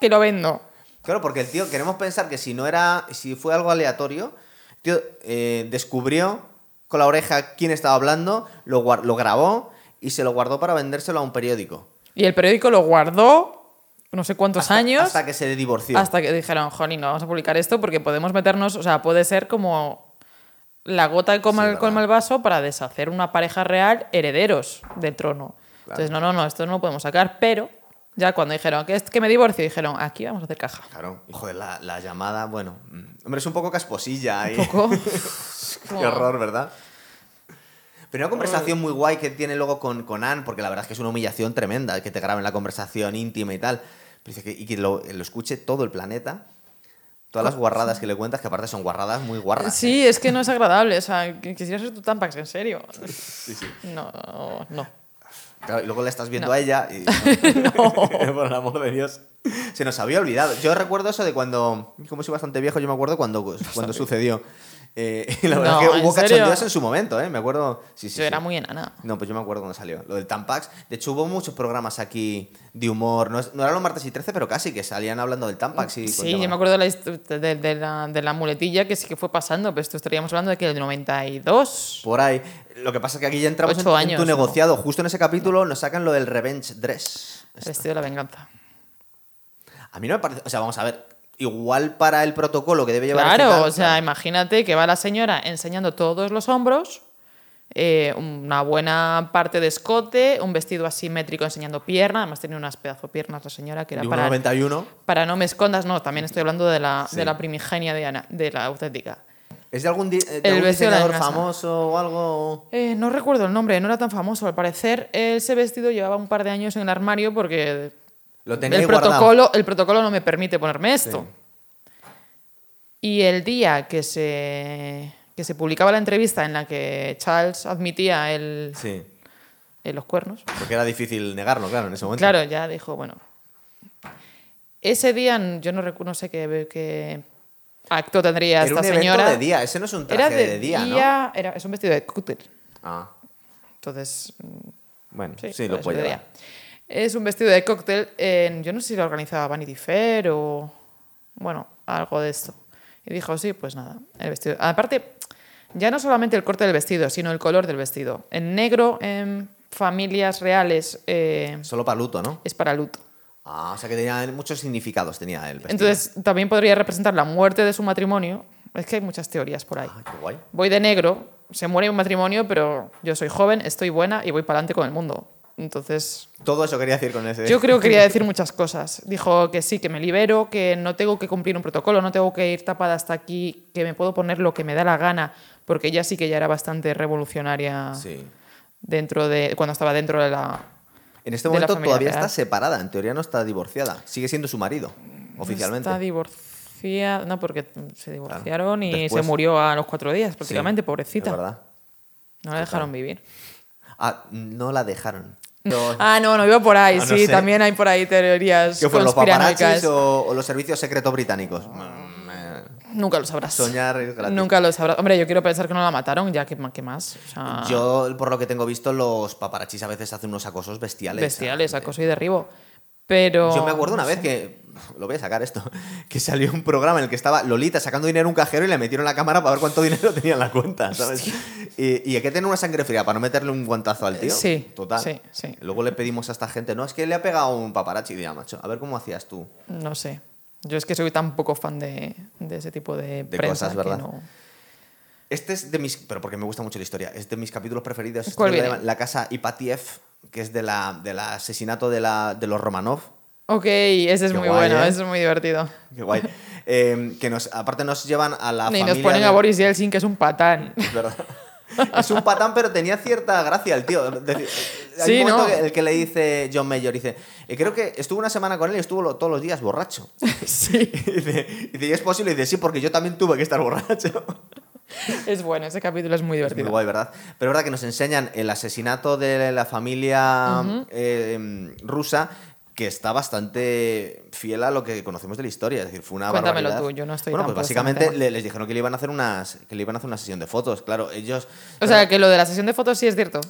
S2: que lo vendo.
S1: Claro, porque el tío, queremos pensar que si no era. Si fue algo aleatorio, el tío eh, descubrió con la oreja quién estaba hablando, lo, guar- lo grabó y se lo guardó para vendérselo a un periódico.
S2: Y el periódico lo guardó no sé cuántos años.
S1: Hasta que se divorció.
S2: Hasta que dijeron, Joni, no vamos a publicar esto porque podemos meternos, o sea, puede ser como la gota que colma,
S1: Sí,
S2: el-
S1: verdad.
S2: colma el vaso para deshacer una pareja real herederos del trono. Entonces, no, no, no, esto no lo podemos sacar, pero Ya cuando dijeron que, es que me divorcio, dijeron, aquí vamos a hacer caja.
S1: Claro. Y, Joder, la, la llamada, bueno. mm, Hombre, es un poco casposilla. ¿eh? ahí.
S2: Un poco.
S1: Qué horror, ¿verdad? Pero una conversación muy guay que tiene luego con, con Anne, porque la verdad es que es una humillación tremenda que te graben la conversación íntima y tal. Pero dice que, y que lo, lo escuche todo el planeta. Todas las guarradas que le cuentas, que aparte son guarradas muy guarras. ¿eh?
S2: Sí, es que no es agradable. O sea, que- quisiera ser tu Tampax, en serio.
S1: Sí, sí.
S2: No, no.
S1: Claro, y luego la estás viendo
S2: No.
S1: a ella y... Por el amor de Dios. Se nos había olvidado. Yo recuerdo eso de cuando... Como soy bastante viejo, yo me acuerdo cuando, cuando sucedió. Eh, y la verdad
S2: No,
S1: es que
S2: ¿en
S1: hubo
S2: serio?
S1: cachondeos en su momento, ¿eh? Me acuerdo... Sí, sí,
S2: Yo era
S1: sí.
S2: muy enana.
S1: No, pues yo me acuerdo cuando salió. Lo del Tampax. De hecho, hubo muchos programas aquí de humor. No, es- no eran los martes y 13, pero casi, que salían hablando del Tampax. Y
S2: Sí, yo me acuerdo de la, hist- de, de la, de la muletilla que sí que fue pasando, pero esto estaríamos hablando de que el 92.
S1: Por ahí. Lo que pasa es que aquí ya entramos en,
S2: Ocho
S1: en
S2: años,
S1: tu
S2: ¿no?
S1: negociado. Justo en ese capítulo nos sacan lo del Revenge Dress.
S2: El vestido de la venganza.
S1: A mí no me parece. O sea, vamos a ver. Igual para el protocolo que debe llevar. este
S2: Claro,
S1: tal,
S2: o sea, imagínate que va la señora enseñando todos los hombros, eh, una buena parte de escote, un vestido asimétrico enseñando pierna, además tenía unas pedazo de piernas la señora que era
S1: de
S2: para
S1: 91.
S2: Para no me escondas, no, también estoy hablando de la, de la primigenia de Ana, de la auténtica.
S1: ¿Es de algún, di- de
S2: El
S1: algún
S2: vestido de la
S1: diseñador
S2: casa.
S1: famoso o algo?
S2: Eh, no recuerdo el nombre, no era tan famoso. Al parecer, ese vestido llevaba un par de años en el armario porque
S1: Lo tenía
S2: el
S1: ahí guardado.
S2: protocolo, el protocolo no me permite ponerme esto. Y el día que se, que se publicaba la entrevista en la que Charles admitía el,
S1: Sí.
S2: eh, los cuernos,
S1: Porque era difícil negarlo, claro, en ese momento.
S2: Claro, ya dijo, bueno. Ese día, n- yo no recu- no sé qué, qué acto tendría
S1: Era
S2: esta
S1: un evento
S2: señora.
S1: de día. Ese no es un traje
S2: Era de,
S1: día,
S2: día, era- es un vestido de cúter.
S1: ¿no? Ah.
S2: Entonces, mm,
S1: Bueno, sí,
S2: sí,
S1: lo
S2: puede
S1: puedo
S2: ser de
S1: llevar.
S2: día. Es un vestido de cóctel. en- yo no sé si lo organizaba Vanity Fair o. Bueno, algo de esto. Y dijo, sí, pues nada. El vestido. Aparte, ya no solamente el corte del vestido, sino el color del vestido. En negro, en familias reales, eh,
S1: Solo para luto, ¿no?
S2: es para luto.
S1: Ah, o sea que tenía muchos significados tenía el vestido.
S2: Entonces, también podría representar la muerte de su matrimonio. Es que hay muchas teorías por ahí.
S1: Ah, qué guay.
S2: Voy de negro, se muere un matrimonio, pero yo soy joven, estoy buena y voy para adelante con el mundo. Entonces,
S1: Todo eso quería decir con ese.
S2: yo creo que quería decir muchas cosas. Dijo que sí, que me libero, que no tengo que cumplir un protocolo, no tengo que ir tapada hasta aquí, que me puedo poner lo que me da la gana, porque ella sí que ya era bastante revolucionaria
S1: Sí.
S2: dentro de cuando estaba dentro de la
S1: En este
S2: de la
S1: momento
S2: familia
S1: todavía
S2: real.
S1: está separada, en teoría no está divorciada. Sigue siendo su marido, oficialmente.
S2: Mm, Está divorciada. No, porque se divorciaron y
S1: Después-
S2: se murió a los cuatro días, prácticamente,
S1: Sí,
S2: pobrecita.
S1: Es verdad.
S2: No la dejaron vivir.
S1: Ah, no la dejaron. Pero-
S2: Ah, no, no iba por ahí.
S1: No, no
S2: sí,
S1: sé.
S2: también hay por ahí teorías
S1: ¿Qué fueron los
S2: conspiranoicas.
S1: paparazzis o, o los servicios secretos británicos? Mm, eh,
S2: Nunca lo sabrás.
S1: Soñar es gratis.
S2: Nunca lo sabrás. Hombre, yo quiero pensar que no la mataron, ya que ma- que más. O sea,
S1: Yo, por lo que tengo visto, los paparachis a veces hacen unos acosos bestiales.
S2: bestiales, acoso y derribo. Pero.
S1: Yo me acuerdo una vez que, lo voy a sacar esto, que salió un programa en el que estaba Lolita sacando dinero a un cajero y le metieron la cámara para ver cuánto dinero tenía en la cuenta, ¿sabes? Y, y hay que tener una sangre fría para no meterle un guantazo al tío.
S2: Eh, Sí,
S1: Total.
S2: sí, sí.
S1: Luego le pedimos a esta gente, no, es que le ha pegado un paparazzi, diría, macho, a ver cómo hacías tú
S2: No sé. Yo es que soy tan poco fan de, de ese tipo de,
S1: de
S2: prensa
S1: cosas,
S2: que
S1: ¿verdad?
S2: no-
S1: Este es de mis. Pero porque me gusta mucho la historia. Es de mis capítulos preferidos. Este
S2: ¿Cuál
S1: es de
S2: viene?
S1: La, la casa Ipatiev, que es de la, del asesinato de, la, de los Romanov.
S2: Ok, ese es
S1: Qué
S2: muy
S1: guay,
S2: bueno,
S1: ¿eh?
S2: ese es muy divertido.
S1: Qué guay. Eh, que nos, aparte nos llevan a la.
S2: Y
S1: familia
S2: nos ponen
S1: de-
S2: a Boris Yeltsin, que es un patán.
S1: Es verdad. Es un patán, pero tenía cierta gracia el tío. Es decir, eh, hay
S2: Sí,
S1: un momento
S2: ¿no?
S1: que- el que le dice John Mayor, dice, "Eh, creo que estuve una semana con él y estuvo lo- todos los días borracho.
S2: sí.
S1: Y dice, "¿Y es posible? Y dice, sí, porque yo también tuve que estar borracho.
S2: Es bueno, ese capítulo es muy
S1: Es muy
S2: divertido.
S1: guay, ¿verdad? Pero es verdad que nos enseñan el asesinato de la familia eh, em, rusa, que está bastante fiel a lo que conocemos de la historia. Es decir, fue una
S2: Cuéntamelo
S1: barbaridad.
S2: tú, yo no estoy
S1: Bueno,
S2: tan
S1: pues
S2: puesta en el
S1: básicamente
S2: tema.
S1: le- les dijeron que le iban a hacer unas que le iban a hacer una sesión de fotos. Claro, ellos
S2: O sea, que lo de la sesión de fotos sí es cierto.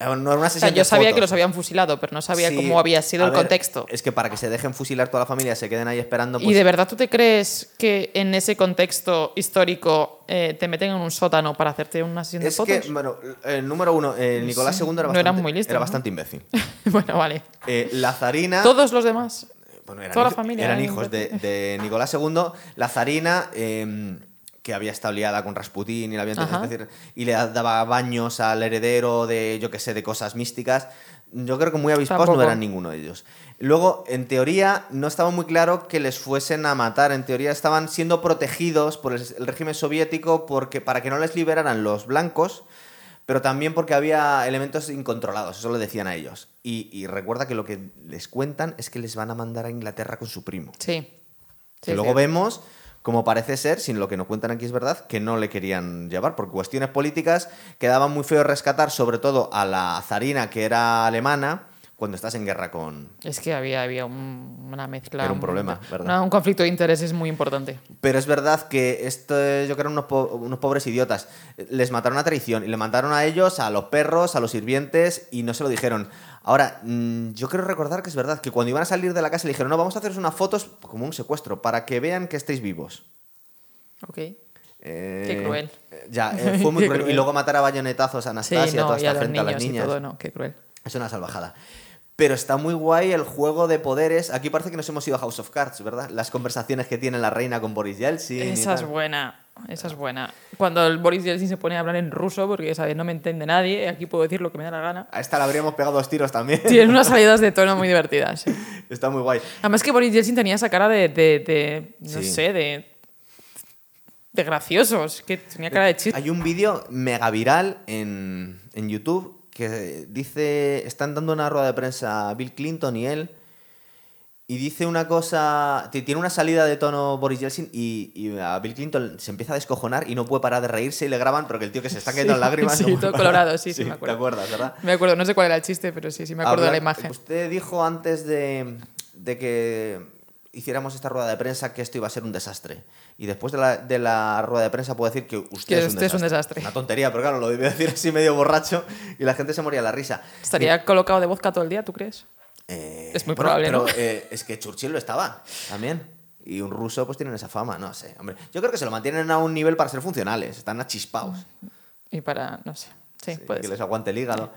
S1: eh, no era una
S2: O
S1: sesión
S2: sea,
S1: de
S2: yo sabía
S1: fotos.
S2: que los habían fusilado, pero no sabía
S1: Sí,
S2: cómo había sido
S1: a
S2: el
S1: ver,
S2: contexto.
S1: Es que para que se dejen fusilar toda la familia, se queden ahí esperando.
S2: ¿Y
S1: pues,
S2: de verdad tú te crees que en ese contexto histórico eh, te meten en un sótano para hacerte una sesión de
S1: es
S2: fotos?
S1: que, bueno, el número uno, eh, Nicolás
S2: sé,
S1: II era
S2: no
S1: bastante,
S2: eran muy listos,
S1: era
S2: ¿no?
S1: bastante imbécil.
S2: bueno, vale.
S1: Eh, la zarina.
S2: Todos los demás.
S1: bueno, eran,
S2: Toda la
S1: hij-
S2: familia ¿eh?
S1: eran
S2: era
S1: hijos de,
S2: importante.
S1: de Nicolás II. La zarina, eh, que había estado liada con Rasputín y la había
S2: Ajá.
S1: es decir, y le daba baños al heredero de, yo qué sé, de cosas místicas. Yo creo que muy avispados no
S2: Tampoco.
S1: eran ninguno de ellos. Luego, en teoría, no estaba muy claro que les fuesen a matar. En teoría, estaban siendo protegidos por el, el régimen soviético porque, para que no les liberaran los blancos, pero también porque había elementos incontrolados. Eso lo decían a ellos. Y, y recuerda que lo que les cuentan es que les van a mandar a Inglaterra con su primo.
S2: Sí.
S1: Que
S2: Sí,
S1: luego
S2: sí.
S1: vemos, como parece ser, sin lo que nos cuentan aquí es verdad, que no le querían llevar por cuestiones políticas. Quedaba muy feo rescatar, sobre todo a la zarina que era alemana, cuando estás en guerra con.
S2: Es que había, había un- una mezcla.
S1: Era un problema, ¿verdad?
S2: una- un conflicto de intereses muy importante.
S1: Pero es verdad que esto, yo creo, eran unos, po- unos pobres idiotas. Les mataron a traición y le mataron a ellos, a los perros, a los sirvientes y no se lo dijeron. Ahora, mm, yo quiero recordar que es verdad que cuando iban a salir de la casa le dijeron, no, vamos a haceros unas fotos como un secuestro para que vean que estáis vivos.
S2: Ok.
S1: Eh,
S2: Qué cruel.
S1: eh, Ya, eh, fue muy
S2: Qué
S1: cruel. Y
S2: cruel.
S1: luego matar a bayonetazos a
S2: Sí,
S1: Anastasia,
S2: no,
S1: toda
S2: y a
S1: esta
S2: los
S1: frente a
S2: niños
S1: las
S2: y
S1: niñas.
S2: todo, no, qué cruel.
S1: Es una salvajada. Pero está muy guay el juego de poderes. Aquí parece que nos hemos ido a House of Cards, ¿verdad? Las conversaciones que tiene la reina con Boris Yeltsin. y
S2: Esa es
S1: tal.
S2: buena, esa es buena. Cuando el Boris Yeltsin se pone a hablar en ruso, porque ¿sabes? no me entiende nadie, aquí puedo decir lo que me da la gana.
S1: A esta le habríamos pegado dos tiros también.
S2: Tiene unas salidas de tono muy divertidas. sí.
S1: Está muy guay.
S2: Además que Boris Yeltsin tenía esa cara de, de- de- no
S1: Sí.
S2: sé, de, de graciosos, que tenía cara de chiste.
S1: Hay un vídeo mega viral en, en YouTube que dice, están dando una rueda de prensa Bill Clinton y él, y dice una cosa, ti- tiene una salida de tono Boris Yeltsin y, y a Bill Clinton se empieza a descojonar y no puede parar de reírse y le graban, pero que el tío que se está cayendo en
S2: Sí,
S1: lágrimas...
S2: sí,
S1: no puede
S2: todo
S1: parar.
S2: colorado, sí, sí, me acuerdo.
S1: ¿Te acuerdas, verdad?
S2: Me acuerdo, no sé cuál era el chiste, pero sí, sí me acuerdo de la
S1: Hablar-
S2: imagen.
S1: Usted dijo antes de, de que hiciéramos esta rueda de prensa que esto iba a ser un desastre. Y después de la, de la rueda de prensa puedo decir que usted,
S2: Que
S1: es, un
S2: usted es un desastre.
S1: Una tontería, pero claro, lo debí decir así medio borracho y la gente se moría de la risa.
S2: Estaría colocado de vodka todo el día, ¿tú crees?
S1: Eh,
S2: es muy probable,
S1: Pero
S2: ¿no?
S1: eh, es que Churchill lo estaba también. Y un ruso pues tienen esa fama, no sé. Hombre, yo creo que se lo mantienen a un nivel para ser funcionales, están achispados.
S2: Y para, no sé. Sí,
S1: Sí,
S2: puede
S1: que
S2: ser.
S1: les aguante el hígado.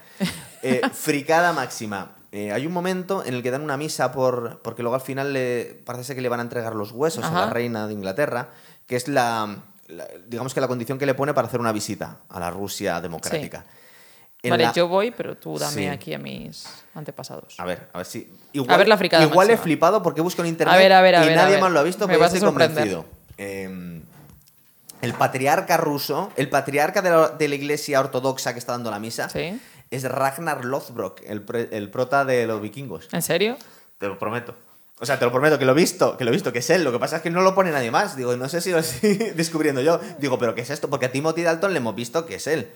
S1: Eh, fricada máxima. Eh, hay un momento en el que dan una misa por, porque luego al final le, parece ser que le van a entregar los huesos a la
S2: Ajá.
S1: reina de Inglaterra, que es la, la- digamos que la condición que le pone para hacer una visita a la Rusia democrática. En
S2: Vale,
S1: la-
S2: yo voy, pero tú dame
S1: Sí. Ah.
S2: aquí a mis antepasados.
S1: A ver, a ver si. Igual,
S2: ver la fricada
S1: Igual he
S2: máxima.
S1: flipado porque busco en internet
S2: A ver, a ver, a
S1: y
S2: ver, a
S1: nadie
S2: ver.
S1: más lo ha visto,
S2: Me
S1: pero yo
S2: vas a
S1: estoy
S2: sorprender.
S1: convencido. Eh, el patriarca ruso, el patriarca de la, de la iglesia ortodoxa que está dando la misa,
S2: Sí.
S1: es Ragnar Lothbrok, el, pre- el prota de los vikingos.
S2: ¿En serio?
S1: Te lo prometo. O sea, te lo prometo, que lo he visto, que lo he visto, que es él. Lo que pasa es que no lo pone nadie más. Digo, no sé si lo estoy descubriendo yo. Digo, ¿pero qué es esto? Porque a Timothy Dalton le hemos visto que es él.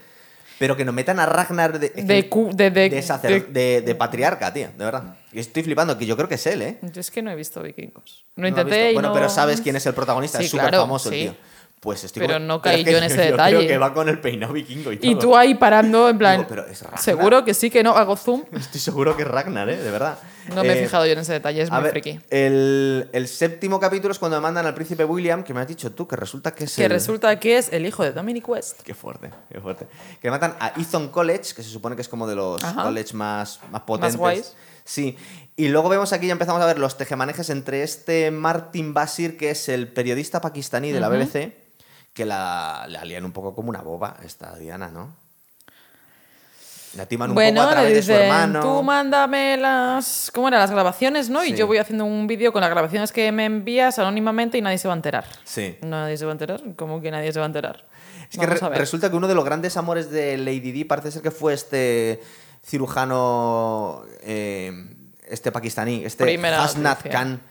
S1: Pero que nos metan a Ragnar de,
S2: De cu- de- de-
S1: de sacer-
S2: de-
S1: de- de patriarca, tío, de verdad. Y estoy flipando, que yo creo que es él, ¿eh?
S2: Yo es que no he visto vikingos. Lo
S1: No he
S2: intenté
S1: visto.
S2: y
S1: Bueno,
S2: no-
S1: pero sabes quién es el protagonista,
S2: Sí,
S1: es súper famoso
S2: claro,
S1: el
S2: sí.
S1: tío. Pues estoy
S2: Pero
S1: conven-
S2: no caí
S1: Pero
S2: yo en
S1: es que
S2: ese
S1: yo creo
S2: detalle.
S1: que va con el peinado vikingo y todo.
S2: Y tú ahí parando, en plan.
S1: Digo, pero es Ragnar.
S2: Seguro que sí, que no. Hago zoom.
S1: Estoy seguro que es Ragnar, ¿eh? De verdad.
S2: No me he
S1: Eh,
S2: fijado yo en ese detalle, es
S1: a
S2: muy
S1: ver,
S2: friki.
S1: El, el séptimo capítulo es cuando me mandan al príncipe William, que me has dicho tú, que resulta que es
S2: Que
S1: el-
S2: resulta que es el hijo de Dominic West.
S1: Qué fuerte, qué fuerte. Que matan a Eton College, que se supone que es como de los
S2: Ajá.
S1: college más, más potentes.
S2: guays.
S1: Sí. Y luego vemos aquí, ya empezamos a ver los tejemanejes entre este Martin Basir, que es el periodista pakistaní de la BBC, que la, la lían un poco como una boba, esta Diana, ¿no? La timan un poco
S2: Bueno,
S1: a
S2: le
S1: través de su
S2: dicen,
S1: hermano.
S2: tú mándame las. ¿Cómo eran? Las grabaciones, ¿no?
S1: Sí.
S2: Y yo voy haciendo un vídeo con las grabaciones que me envías anónimamente y nadie se va a enterar.
S1: Sí.
S2: ¿Nadie se va a enterar? ¿Cómo que nadie se va a enterar?
S1: Es que
S2: Vamos
S1: re-
S2: a ver.
S1: resulta que uno de los grandes amores de Lady Di parece ser que fue este cirujano, eh, este pakistaní, este
S2: Primera
S1: Hasnat
S2: noticia.
S1: Khan.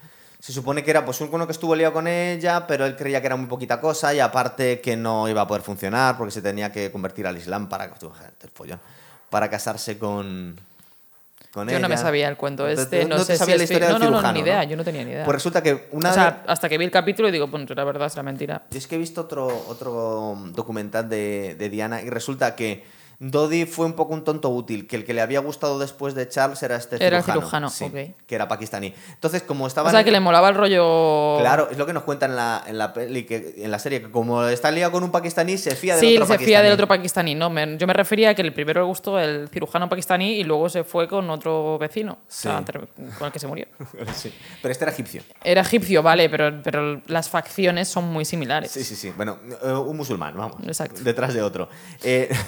S1: Se supone que era pues uno que estuvo liado con ella, pero él creía que era muy poquita cosa y aparte que no iba a poder funcionar porque se tenía que convertir al Islam para, el follón, para casarse con, con
S2: Yo
S1: ella.
S2: no me sabía el cuento
S1: Entonces,
S2: este,
S1: tú
S2: no, sé
S1: te
S2: si
S1: sabías la
S2: estoy-
S1: historia del
S2: no, no, no,
S1: cirujano,
S2: ni idea, yo no tenía ni idea.
S1: Pues resulta que una
S2: o
S1: de-
S2: sea, hasta que vi el capítulo y digo, bueno, la verdad será mentira.
S1: Yo es que he visto otro, otro documental de, de Diana y resulta que Doddy fue un poco un tonto útil, que el que le había gustado después de Charles era este
S2: Era el
S1: cirujano,
S2: cirujano,
S1: sí,
S2: ok.
S1: que era pakistaní. Entonces, como estaba
S2: O sea, que le molaba el rollo...
S1: Claro, es lo que nos cuentan en la, en la peli, que, en la serie, que como está liado con un pakistaní, se fía del
S2: Sí,
S1: otro
S2: se
S1: pakistaní.
S2: fía del otro pakistaní. No, me- yo me refería a que el primero le gustó el cirujano pakistaní y luego se fue con otro vecino, o sea,
S1: Sí.
S2: ter- con el que se murió.
S1: Sí. Pero este era egipcio.
S2: Era egipcio, vale, pero, pero las facciones son muy similares.
S1: Sí, sí, sí. Bueno, eh, un musulmán, vamos.
S2: Exacto.
S1: Detrás de otro. Eh,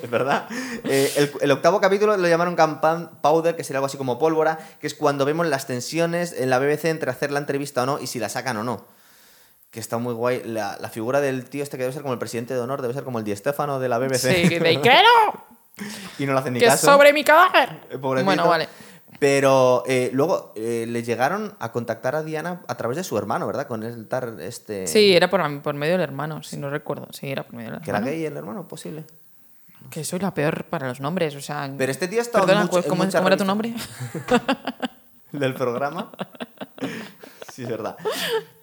S1: ¿Verdad? Eh, el, el octavo capítulo lo llamaron Campan Powder, que sería algo así como pólvora, que es cuando vemos las tensiones en la BBC entre hacer la entrevista o no y si la sacan o no. Que está muy guay. La, la figura del tío este que debe ser como el presidente de honor, debe ser como el Di Stefano de la BBC.
S2: Sí, de ¿qué no?
S1: y no lo hacen ni
S2: ¡Que es
S1: caso.
S2: sobre mi cadáver!
S1: Eh, pobrecito.
S2: Bueno, vale.
S1: Pero eh, luego eh, le llegaron a contactar a Diana a través de su hermano, ¿verdad? Con el tar este.
S2: Sí, era por, por medio del hermano, si no recuerdo. Sí, era por medio del
S1: Que era
S2: hermano.
S1: gay el hermano, posible.
S2: Que soy la peor para los nombres, o sea...
S1: Pero este tío ha estado
S2: Perdona,
S1: mucho-
S2: ¿cómo-
S1: en Ah, muchas
S2: ¿cómo, cómo era tu
S1: revistas.
S2: nombre?
S1: ¿El del programa. sí, es verdad.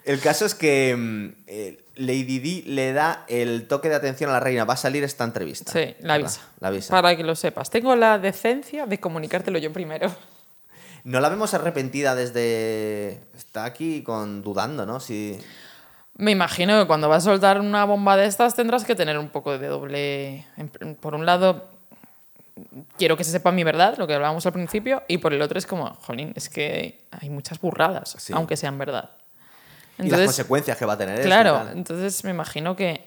S1: El caso es que mm, eh, Lady Di le da el toque de atención a la reina. Va a salir esta entrevista.
S2: Sí, la
S1: ¿verdad?
S2: avisa.
S1: La avisa.
S2: Para que lo sepas. Tengo la decencia de comunicártelo yo primero.
S1: No la vemos arrepentida desde. Está aquí con dudando, ¿no? Si...
S2: Me imagino que cuando vas a soltar una bomba de estas tendrás que tener un poco de doble. en- Por un lado, quiero que se sepa mi verdad, lo que hablábamos al principio, y por el otro es como, jolín, es que hay muchas burradas,
S1: Sí.
S2: aunque sean verdad.
S1: y las
S2: Entonces,
S1: consecuencias que va a tener eso y
S2: claro,
S1: tal.
S2: entonces me imagino que.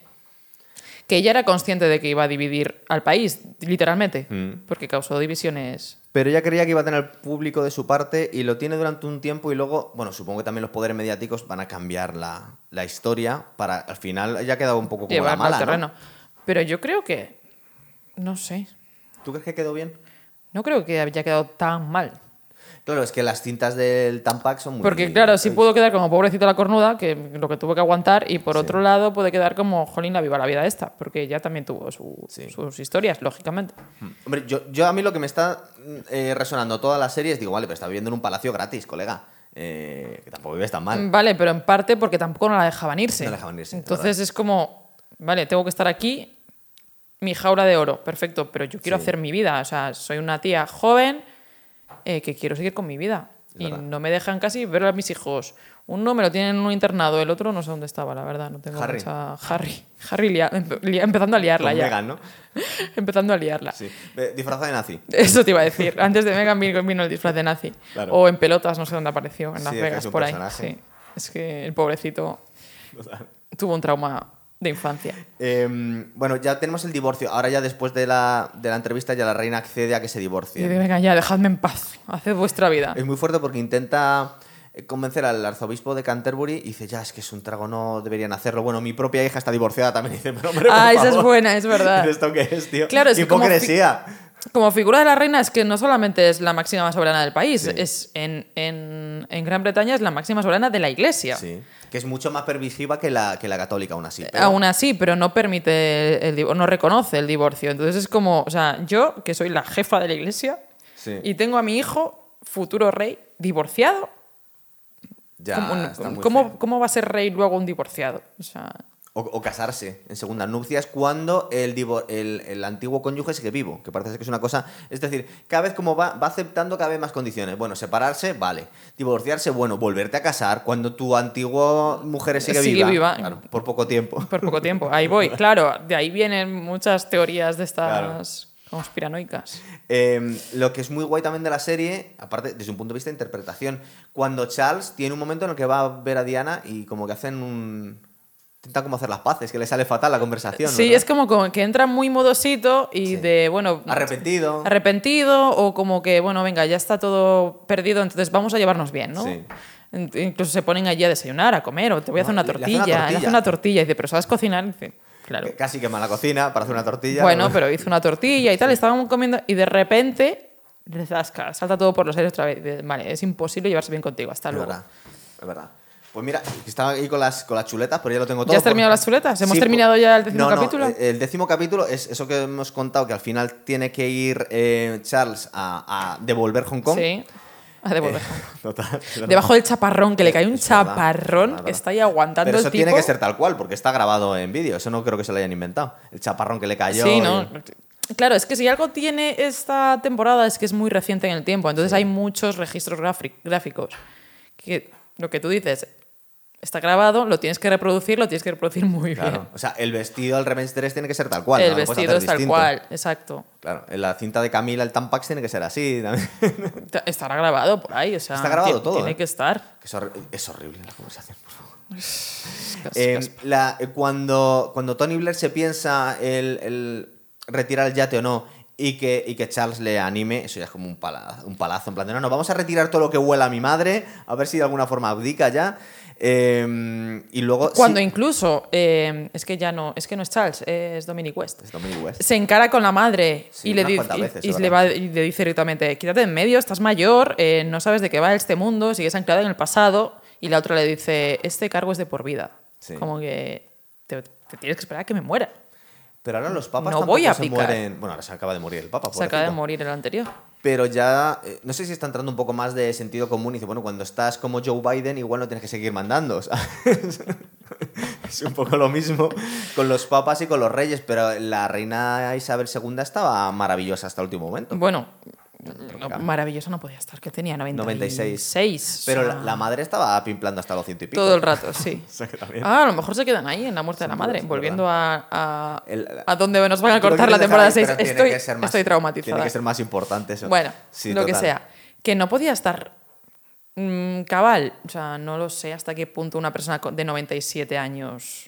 S2: Que ella era consciente de que iba a dividir al país, literalmente,
S1: Mm.
S2: porque causó divisiones.
S1: Pero ella creía que iba a tener público de su parte y lo tiene durante un tiempo y luego, bueno, supongo que también los poderes mediáticos van a cambiar la, la historia para, al final, ella ha quedado un poco como la
S2: llevarlo
S1: mala,
S2: al
S1: ¿no?
S2: terreno. Pero yo creo que. No sé.
S1: ¿Tú crees que quedó bien?
S2: No creo que haya quedado tan mal.
S1: Claro, es que las cintas del Tampac son muy...
S2: Porque, claro, sí
S1: Ay,
S2: puedo quedar como pobrecita la cornuda, que lo que tuvo que aguantar, y por otro lado puede quedar como jolín la viva la vida esta, porque ella también tuvo su-
S1: Sí.
S2: sus historias, lógicamente.
S1: Mm. Hombre, yo, yo a mí lo que me está mm, eh, resonando toda la serie es, digo, vale, pero está viviendo en un palacio gratis, colega. Eh, que tampoco vives tan mal.
S2: Mm, Vale, pero en parte porque tampoco no la dejaban irse.
S1: No la dejaban irse, la
S2: Entonces es como, vale, tengo que estar aquí, mi jaula de oro, perfecto, pero yo quiero
S1: Sí.
S2: hacer mi vida, o sea, soy una tía joven eh, que quiero seguir con mi vida.
S1: Es
S2: Y
S1: verdad.
S2: no me dejan casi ver a mis hijos. Uno me lo tienen en un internado, el otro no sé dónde estaba, la verdad. No tengo
S1: Harry.
S2: mucha. Harry. Harry lia- empe- lia- empezando a
S1: Con
S2: liarla ya.
S1: Megan, ¿no?
S2: Empezando a liarla.
S1: Sí. Eh, Disfrazada de nazi.
S2: Eso te iba a decir. Antes de Megan vino, vino el disfraz de nazi.
S1: Claro.
S2: O en pelotas, no sé dónde apareció, en Las
S1: Sí, es que es
S2: Vegas,
S1: un
S2: por ahí.
S1: personaje.
S2: Sí. Es que el pobrecito tuvo un trauma de infancia.
S1: Eh, bueno, ya tenemos el divorcio. Ahora ya después de la, de la entrevista ya la reina accede a que se
S2: Y
S1: divorcie.
S2: de venga ya, dejadme en paz, haced vuestra vida.
S1: Es muy fuerte porque intenta eh, convencer al arzobispo de Canterbury y dice, ya, es que es un trago, no deberían hacerlo. Bueno, mi propia hija está divorciada también. Dice, pero hombre,
S2: Ah,
S1: por
S2: esa es
S1: favor,
S2: buena, es verdad.
S1: ¿Esto qué es, tío?
S2: Claro, es que como fi-
S1: Hipocresía.
S2: Como figura de la reina es que no solamente es la máxima soberana del país,
S1: Sí.
S2: es en, en- en Gran Bretaña es la máxima soberana de la iglesia.
S1: Sí.
S2: Eh,
S1: Que es mucho más pervisiva que la, que la católica, aún así. pero-
S2: Aún así, pero no permite, el, divo- no reconoce el divorcio. Entonces es como, o sea, yo, que soy la jefa de la iglesia,
S1: Sí.
S2: y tengo a mi hijo, futuro rey, divorciado.
S1: Ya,
S2: ¿Cómo,
S1: está muy
S2: cómo-
S1: feo.
S2: cómo va a ser rey luego un divorciado? O sea,
S1: O, o casarse en segundas nupcias cuando el, divo- el, el antiguo cónyuge sigue vivo, que parece ser que es una cosa. Es decir, cada vez como va, va aceptando cada vez más condiciones. Bueno, separarse, vale. Divorciarse, bueno. Volverte a casar cuando tu antigua mujer sigue,
S2: Sigue
S1: viva.
S2: viva.
S1: Claro, por poco tiempo.
S2: por poco tiempo. Ahí voy. Claro, de ahí vienen muchas teorías de
S1: Claro.
S2: estas conspiranoicas.
S1: Eh, lo que es muy guay también de la serie, aparte desde un punto de vista de interpretación, cuando Charles tiene un momento en el que va a ver a Diana y como que hacen un... Intentan como hacer las paces, que le sale fatal la conversación.
S2: Sí,
S1: ¿verdad?
S2: es como, como que entra muy modosito y
S1: Sí.
S2: de, bueno,
S1: Arrepentido.
S2: arrepentido o como que, bueno, venga, ya está todo perdido, entonces vamos a llevarnos bien, ¿no?
S1: Sí.
S2: En- Incluso se ponen allí a desayunar, a comer, o te voy a
S1: No,
S2: hacer una
S1: le- le hace
S2: tortilla,
S1: una
S2: le hace
S1: tortilla.
S2: una tortilla, y dice, pero ¿sabes cocinar? Y dice, claro.
S1: Que Casi quema la cocina para hacer una tortilla.
S2: Bueno, pero hizo una tortilla y tal, estábamos comiendo y de repente le zasca, salta todo por los aires otra vez. y dice, Vale, es imposible llevarse bien contigo, hasta
S1: Es
S2: luego.
S1: verdad, es verdad. Pues mira, estaba ahí con las, con las chuletas, pero ya lo tengo
S2: ¿Ya
S1: todo.
S2: has terminado las chuletas? ¿Hemos terminado ya el décimo
S1: No, no,
S2: capítulo?
S1: eh, el décimo capítulo es eso que hemos contado, que al final tiene que ir eh, Charles a, a devolver Hong Kong.
S2: Sí. A devolver.
S1: Total, es verdad.
S2: Debajo del chaparrón, que le cae
S1: Eh,
S2: un
S1: Es verdad,
S2: chaparrón
S1: es verdad.
S2: que está ahí aguantando
S1: Pero eso
S2: el tipo.
S1: tiene que ser tal cual, porque está grabado en vídeo. Eso no creo que se lo hayan inventado. El chaparrón que le cayó.
S2: Sí,
S1: y-
S2: ¿no? Claro, es que si algo tiene esta temporada es que es muy reciente en el tiempo, entonces hay muchos registros gráfic- gráficos. Que lo que tú dices está grabado, lo tienes que reproducir, lo tienes que reproducir muy bien.
S1: Claro. O sea, el vestido al Revenge 3 tiene que ser tal cual.
S2: el
S1: ¿no? Lo puedes
S2: vestido es
S1: hacer
S2: tal
S1: distinto.
S2: cual, exacto.
S1: Claro, en la cinta de Camila, el Tampax tiene que ser así. también.
S2: Ta- Estará grabado por ahí, o sea.
S1: Está grabado
S2: ti-
S1: todo,
S2: Tiene
S1: ¿eh?
S2: que estar.
S1: Que es, horri- es horrible la conversación, por favor.
S2: Cas-
S1: Eh,
S2: cas-
S1: la- eh, cuando, cuando Tony Blair se piensa el, el retirar el yate o no y que, y que Charles le anime, eso ya es como un, pala- un palazo, en plan de, no, no, vamos a retirar todo lo que huela a mi madre, a ver si de alguna forma abdica ya. Eh, y luego...
S2: Cuando
S1: sí-
S2: incluso eh, es que ya no, es que no es Charles, eh, es Dominic West.
S1: Es Dominic West.
S2: Se encara con la madre
S1: Sí,
S2: y, le,
S1: unas
S2: di-
S1: cuantas
S2: y-
S1: veces,
S2: y
S1: es
S2: le
S1: verdad.
S2: va- y le dice directamente, quítate de en medio, estás mayor, eh, no sabes de qué va este mundo, sigues anclado en el pasado. Y la otra le dice, este cargo es de por vida.
S1: Sí.
S2: Como que te, te tienes que esperar a que me muera.
S1: Pero ahora los papas
S2: No
S1: tampoco
S2: voy a
S1: se
S2: picar.
S1: mueren... Bueno, ahora se acaba de morir el papa,
S2: Se acaba de
S1: Oh, pobrecito.
S2: morir el anterior.
S1: Pero ya, eh, no sé si está entrando un poco más de sentido común y dice, bueno, cuando estás como Joe Biden igual no tienes que seguir mandando, ¿sabes? es un poco lo mismo con los papas y con los reyes, pero la reina Isabel II estaba maravillosa hasta el último momento.
S2: Bueno, no, maravilloso no podía estar, que tenía 96.
S1: 96. Pero
S2: o
S1: la,
S2: sea,
S1: la madre estaba pimplando hasta los ciento y pico.
S2: Todo el rato, sí.
S1: O sea, que también-
S2: Ah, a lo mejor se quedan ahí en la muerte de la
S1: Sin duda,
S2: madre,
S1: sin
S2: volviendo a, a,
S1: El- la-
S2: a donde nos van a
S1: Tú lo
S2: cortar
S1: quieres
S2: la
S1: dejar
S2: temporada
S1: ahí,
S2: 6.
S1: pero tiene
S2: Estoy,
S1: que ser más-
S2: estoy traumatizada.
S1: Tiene que ser más importante eso.
S2: Bueno,
S1: Sí,
S2: lo que
S1: total.
S2: sea. Que no podía estar mm, cabal. O sea, no lo sé hasta qué punto una persona con- de 97 años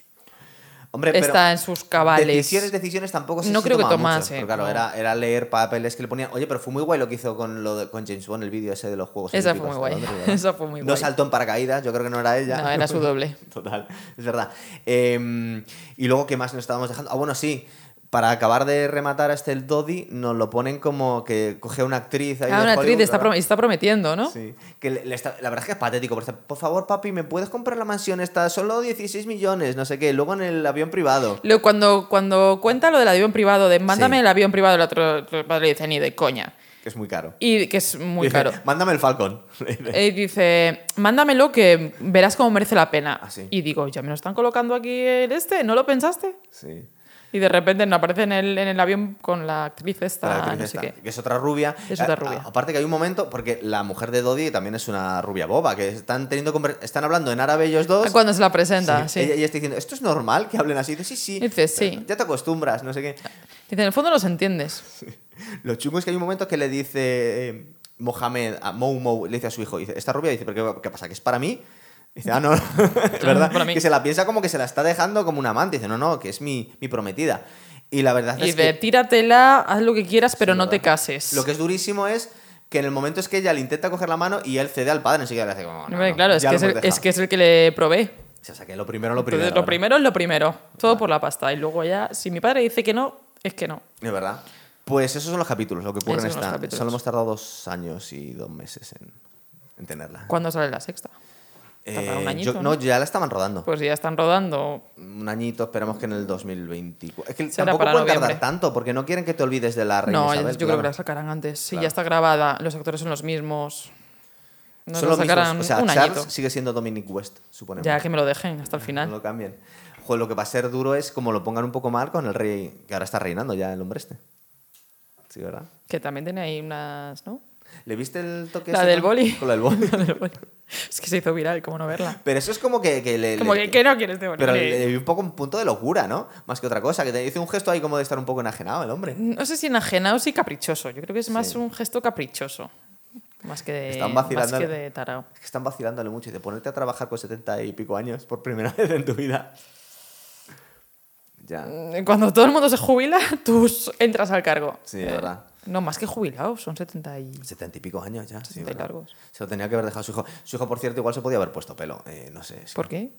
S1: Hombre, pero-
S2: está en sus cabales.
S1: Decisiones, decisiones tampoco se
S2: No
S1: se
S2: creo que
S1: tomaba
S2: tomase,
S1: mucho, pero claro,
S2: no.
S1: era, era leer papeles que le ponían. Oye, pero fue muy guay lo que hizo con, lo de- con James Bond, el vídeo ese de los juegos.
S2: Esa
S1: Olímpicos
S2: fue muy
S1: de
S2: guay.
S1: Londres, ¿verdad?
S2: Esa fue muy
S1: no
S2: guay.
S1: saltó en paracaídas, yo creo que no era ella.
S2: No, era su doble.
S1: Total, es verdad. Eh, y luego, ¿qué más nos estábamos dejando? Ah, bueno, sí. Para acabar de rematar a este el Dodi, nos lo ponen como que coge a una actriz. Ahí
S2: Ah,
S1: de
S2: una actriz
S1: Hollywood,
S2: está,
S1: ¿verdad?
S2: prom- está prometiendo, ¿no?
S1: Sí. Que le- le está- la verdad es que es patético. Pero está, por favor, papi, ¿me puedes comprar la mansión esta? Solo 16 millones, no sé qué. Luego en el avión privado.
S2: Lo- cuando, cuando cuenta lo del avión privado, de mándame
S1: Sí.
S2: el avión privado, el otro, el otro padre le dice ni de coña.
S1: Que es muy caro.
S2: Y que es muy
S1: Dice,
S2: caro.
S1: Mándame el Falcon.
S2: Y Eh, dice, mándamelo que verás cómo merece la pena.
S1: Ah, sí.
S2: Y digo, ya me lo están colocando aquí el este, ¿no lo pensaste?
S1: sí.
S2: Y de repente no aparece en el, en el avión con la actriz esta,
S1: Para la actriz
S2: Ah, no sé
S1: esta,
S2: qué.
S1: Que es otra rubia.
S2: Es otra
S1: A- a-
S2: rubia.
S1: aparte que hay un momento, porque la mujer de Dodi también es una rubia boba, que están teniendo conver- están hablando en árabe ellos dos.
S2: Cuando se la presenta, sí.
S1: Ella, ella está diciendo, ¿esto es normal que hablen así? Dice, sí, sí.
S2: Dice, sí.
S1: Ya te acostumbras, no sé qué.
S2: Dice, en el fondo los entiendes.
S1: Lo chungo es que hay un momento que le dice eh, Mohamed a Mou Mou, le dice a su hijo, dice, esta rubia dice, ¿pero qué, qué pasa? ¿Que es para mí? Dice, ah, no, ¿verdad?
S2: para mí.
S1: Que se la piensa como que se la está dejando como un amante. Dice, no, no, que es mi, mi prometida. Y la verdad
S2: Y
S1: es
S2: de
S1: que...
S2: tíratela, haz lo que quieras, pero no
S1: ¿verdad?
S2: te cases.
S1: Lo que es durísimo es que en el momento es que ella le intenta coger la mano y él cede al padre, enseguida le hace como... "No,
S2: Hombre,
S1: no,
S2: claro, es
S1: ya
S2: que
S1: lo
S2: es, el,
S1: hemos
S2: es
S1: dejado".
S2: que es el que le probé.
S1: O sea, que lo primero, lo primero.
S2: Entonces, lo
S1: ¿verdad?
S2: primero es lo primero. Todo por la pasta. Y luego ya, si mi padre dice que no, es que no.
S1: Es verdad. Pues esos son los capítulos, lo que ocurre en
S2: Esos son los
S1: esta.
S2: capítulos.
S1: Solo hemos tardado dos años y dos meses en, en tenerla.
S2: ¿Cuándo sale la sexta? tardará un
S1: Eh,
S2: añito,
S1: yo-
S2: ¿no?
S1: no, ya la estaban rodando.
S2: Pues ya están rodando.
S1: Un añito, esperemos que en el 2024. Es que
S2: Será
S1: tampoco
S2: para
S1: pueden
S2: noviembre.
S1: tardar tanto, porque no quieren que te olvides de la reina
S2: No,
S1: Isabel,
S2: yo creo
S1: claro.
S2: que la sacarán antes. Si
S1: Claro.
S2: ya está grabada, los actores son los mismos. Nos
S1: Son
S2: la
S1: los mismos.
S2: sacarán
S1: O sea,
S2: un
S1: Charles
S2: añito.
S1: sigue siendo Dominic West, suponemos.
S2: Ya que me lo dejen hasta el
S1: No
S2: final.
S1: lo cambien. Joder, lo que va a ser duro es como lo pongan un poco mal con el rey que ahora está reinando ya el hombre este. Sí, ¿verdad?
S2: Que también tiene ahí unas, ¿no?
S1: ¿Le viste el toque?
S2: La
S1: ese
S2: del
S1: con-
S2: boli.
S1: Con lo del boli.
S2: La del boli. es que se hizo viral, como no verla.
S1: Pero eso es como que, que le...
S2: Como
S1: le-
S2: que, que no quieres de
S1: Pero le dio un poco un punto de locura, ¿no? Más que otra cosa, que te hizo un gesto ahí como de estar un poco enajenado el hombre.
S2: No sé si enajenado o si caprichoso. Yo creo que es más
S1: Sí.
S2: un gesto caprichoso. Más que de,
S1: Están
S2: más
S1: vacilando.
S2: que de tarao.
S1: Es que están vacilándole mucho y de ponerte a trabajar con 70 y pico años por primera vez en tu vida. Ya.
S2: Mm, Cuando todo el mundo se jubila, tú s- entras al cargo. Eh,
S1: Sí, es verdad.
S2: No, más que jubilado, son 70 y,
S1: 70 y pico años ya. Sí,
S2: 70 y
S1: ¿verdad?
S2: largos.
S1: Se lo tenía que haber dejado a su hijo. Su hijo, por cierto, igual se podía haber puesto pelo. Eh, no sé. es que-
S2: ¿Por qué?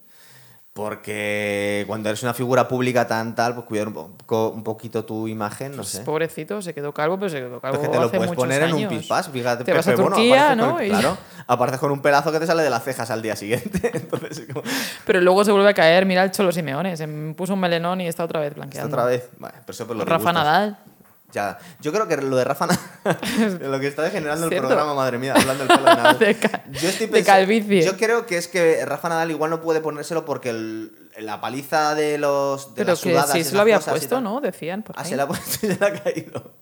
S1: Porque cuando eres una figura pública tan tal, pues cuidar un, poco, un poquito tu imagen, no sé.
S2: Pues Pobrecito, se quedó calvo, pero se quedó calvo.
S1: Pero es que te lo
S2: hace
S1: puedes
S2: muchos
S1: poner en un
S2: años.
S1: pispás, fíjate.
S2: Te vas a
S1: Pepe, bueno,
S2: Turquía,
S1: apareces con el-
S2: ¿no? Y-
S1: claro, apareces con un pelazo que te sale de las cejas al día siguiente. Entonces, es como,
S2: Pero luego se vuelve a caer. Mira el Cholo Simeone. Se m- em, puso un melenón y está otra vez
S1: está
S2: blanqueando.
S1: otra vez. Vale, pero eso por los
S2: Rafa
S1: disgustos.
S2: Nadal.
S1: Ya, yo creo que lo de Rafa, lo que está degenerando el
S2: Cierto.
S1: programa, madre mía, hablando del pelo de Nadal.
S2: De ca-
S1: yo estoy
S2: de
S1: pensa-
S2: calvicie.
S1: Yo creo que es que Rafa Nadal igual no puede ponérselo porque el- la paliza de los de
S2: Pero
S1: las
S2: que
S1: sudadas y
S2: sí
S1: esas
S2: se lo había
S1: cosas y
S2: puesto,
S1: tal.
S2: ¿no? Decían. por
S1: Ah,
S2: ahí.
S1: se la ha puesto y se le ha caído.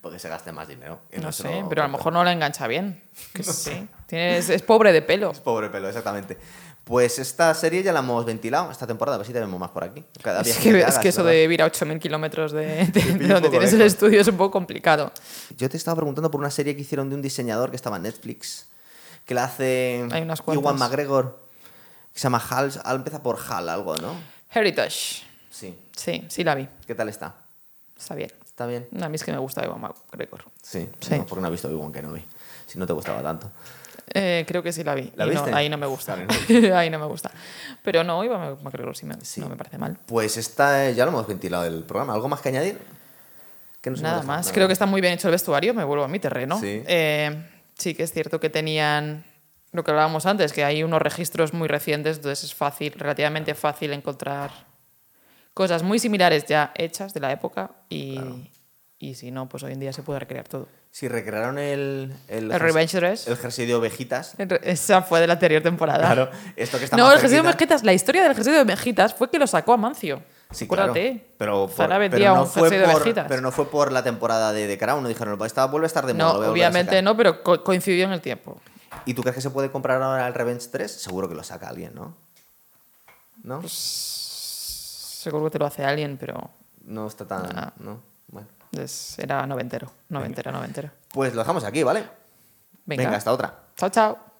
S1: Porque se gaste más dinero. y
S2: No
S1: se
S2: sé,
S1: lo-
S2: pero a lo mejor no la engancha bien. Que sí. Tiene- es, es pobre de pelo.
S1: Pobre pelo, exactamente. Pues esta serie ya la hemos ventilado, esta temporada, a ver si te vemos más por aquí. Cada
S2: Es
S1: viaje
S2: que,
S1: te
S2: es
S1: hagas,
S2: que eso
S1: ¿verdad?
S2: de ir a 8.000 kilómetros de, de-
S1: pillo un
S2: de donde
S1: poco
S2: tienes el
S1: lejos.
S2: estudio es un poco complicado.
S1: Yo te estaba preguntando por una serie que hicieron de un diseñador que estaba en Netflix, que la hace
S2: Hay unas cuantas.
S1: Iwan McGregor, que se llama Hal, Hal- empieza por Hal algo, ¿no?
S2: Heritage.
S1: Sí.
S2: Sí, sí la vi.
S1: ¿Qué tal está?
S2: Está bien.
S1: ¿Está bien?
S2: A mí es que me gusta Eva McGregor.
S1: Sí.
S2: Sí.
S1: No, porque no he visto Iwan que no vi. Si no te gustaba tanto.
S2: Eh, creo que sí la vi.
S1: ¿La
S2: Y no-
S1: viste?
S2: ahí no me gusta.
S1: Vale, no
S2: ahí no me gusta. Pero no, Eva McGregor sí, me,
S1: Sí.
S2: no me parece mal.
S1: Pues esta eh, ya lo hemos ventilado el programa. ¿Algo más que añadir? Que nos
S2: Nada
S1: hemos dejado?
S2: más.
S1: Nada
S2: Creo que está muy bien hecho el vestuario. Me vuelvo a mi terreno.
S1: Sí.
S2: Eh, sí que es cierto que tenían lo que hablábamos antes, que hay unos registros muy recientes, entonces es fácil, relativamente fácil encontrar cosas muy similares ya hechas de la época y, y si no, pues hoy en día se puede recrear todo.
S1: Sí, recrearon el...
S2: El Revenge Dress.
S1: El jersey de ovejitas.
S2: Esa fue de la anterior temporada.
S1: Claro, esto que está
S2: No,
S1: más
S2: el Jesús de
S1: cerquita.
S2: Mejitas, la historia del Jesús de Mejitas fue que lo sacó Amancio.
S1: Sí, claro.
S2: Acuérdate.
S1: Pero, por-
S2: Zara vendía
S1: pero, no
S2: un
S1: fue
S2: jersey de
S1: por,
S2: ovejitas.
S1: pero no fue por la temporada de, de Crown. No dijeron, "Pues esta vuelve a estar de moda.
S2: No,
S1: lo voy a volver a
S2: obviamente
S1: sacar".
S2: no, pero co- coincidió en el tiempo.
S1: ¿Y tú crees que se puede comprar ahora el Revenge 3? Seguro que lo saca alguien, ¿no? ¿No?
S2: Pues Seguro que te lo hace alguien, pero
S1: no está tan...
S2: Ah.
S1: ¿no? Bueno.
S2: es- era noventero, noventero, noventero.
S1: Pues lo dejamos aquí, ¿vale?
S2: Venga,
S1: Venga hasta otra.
S2: chao, chao.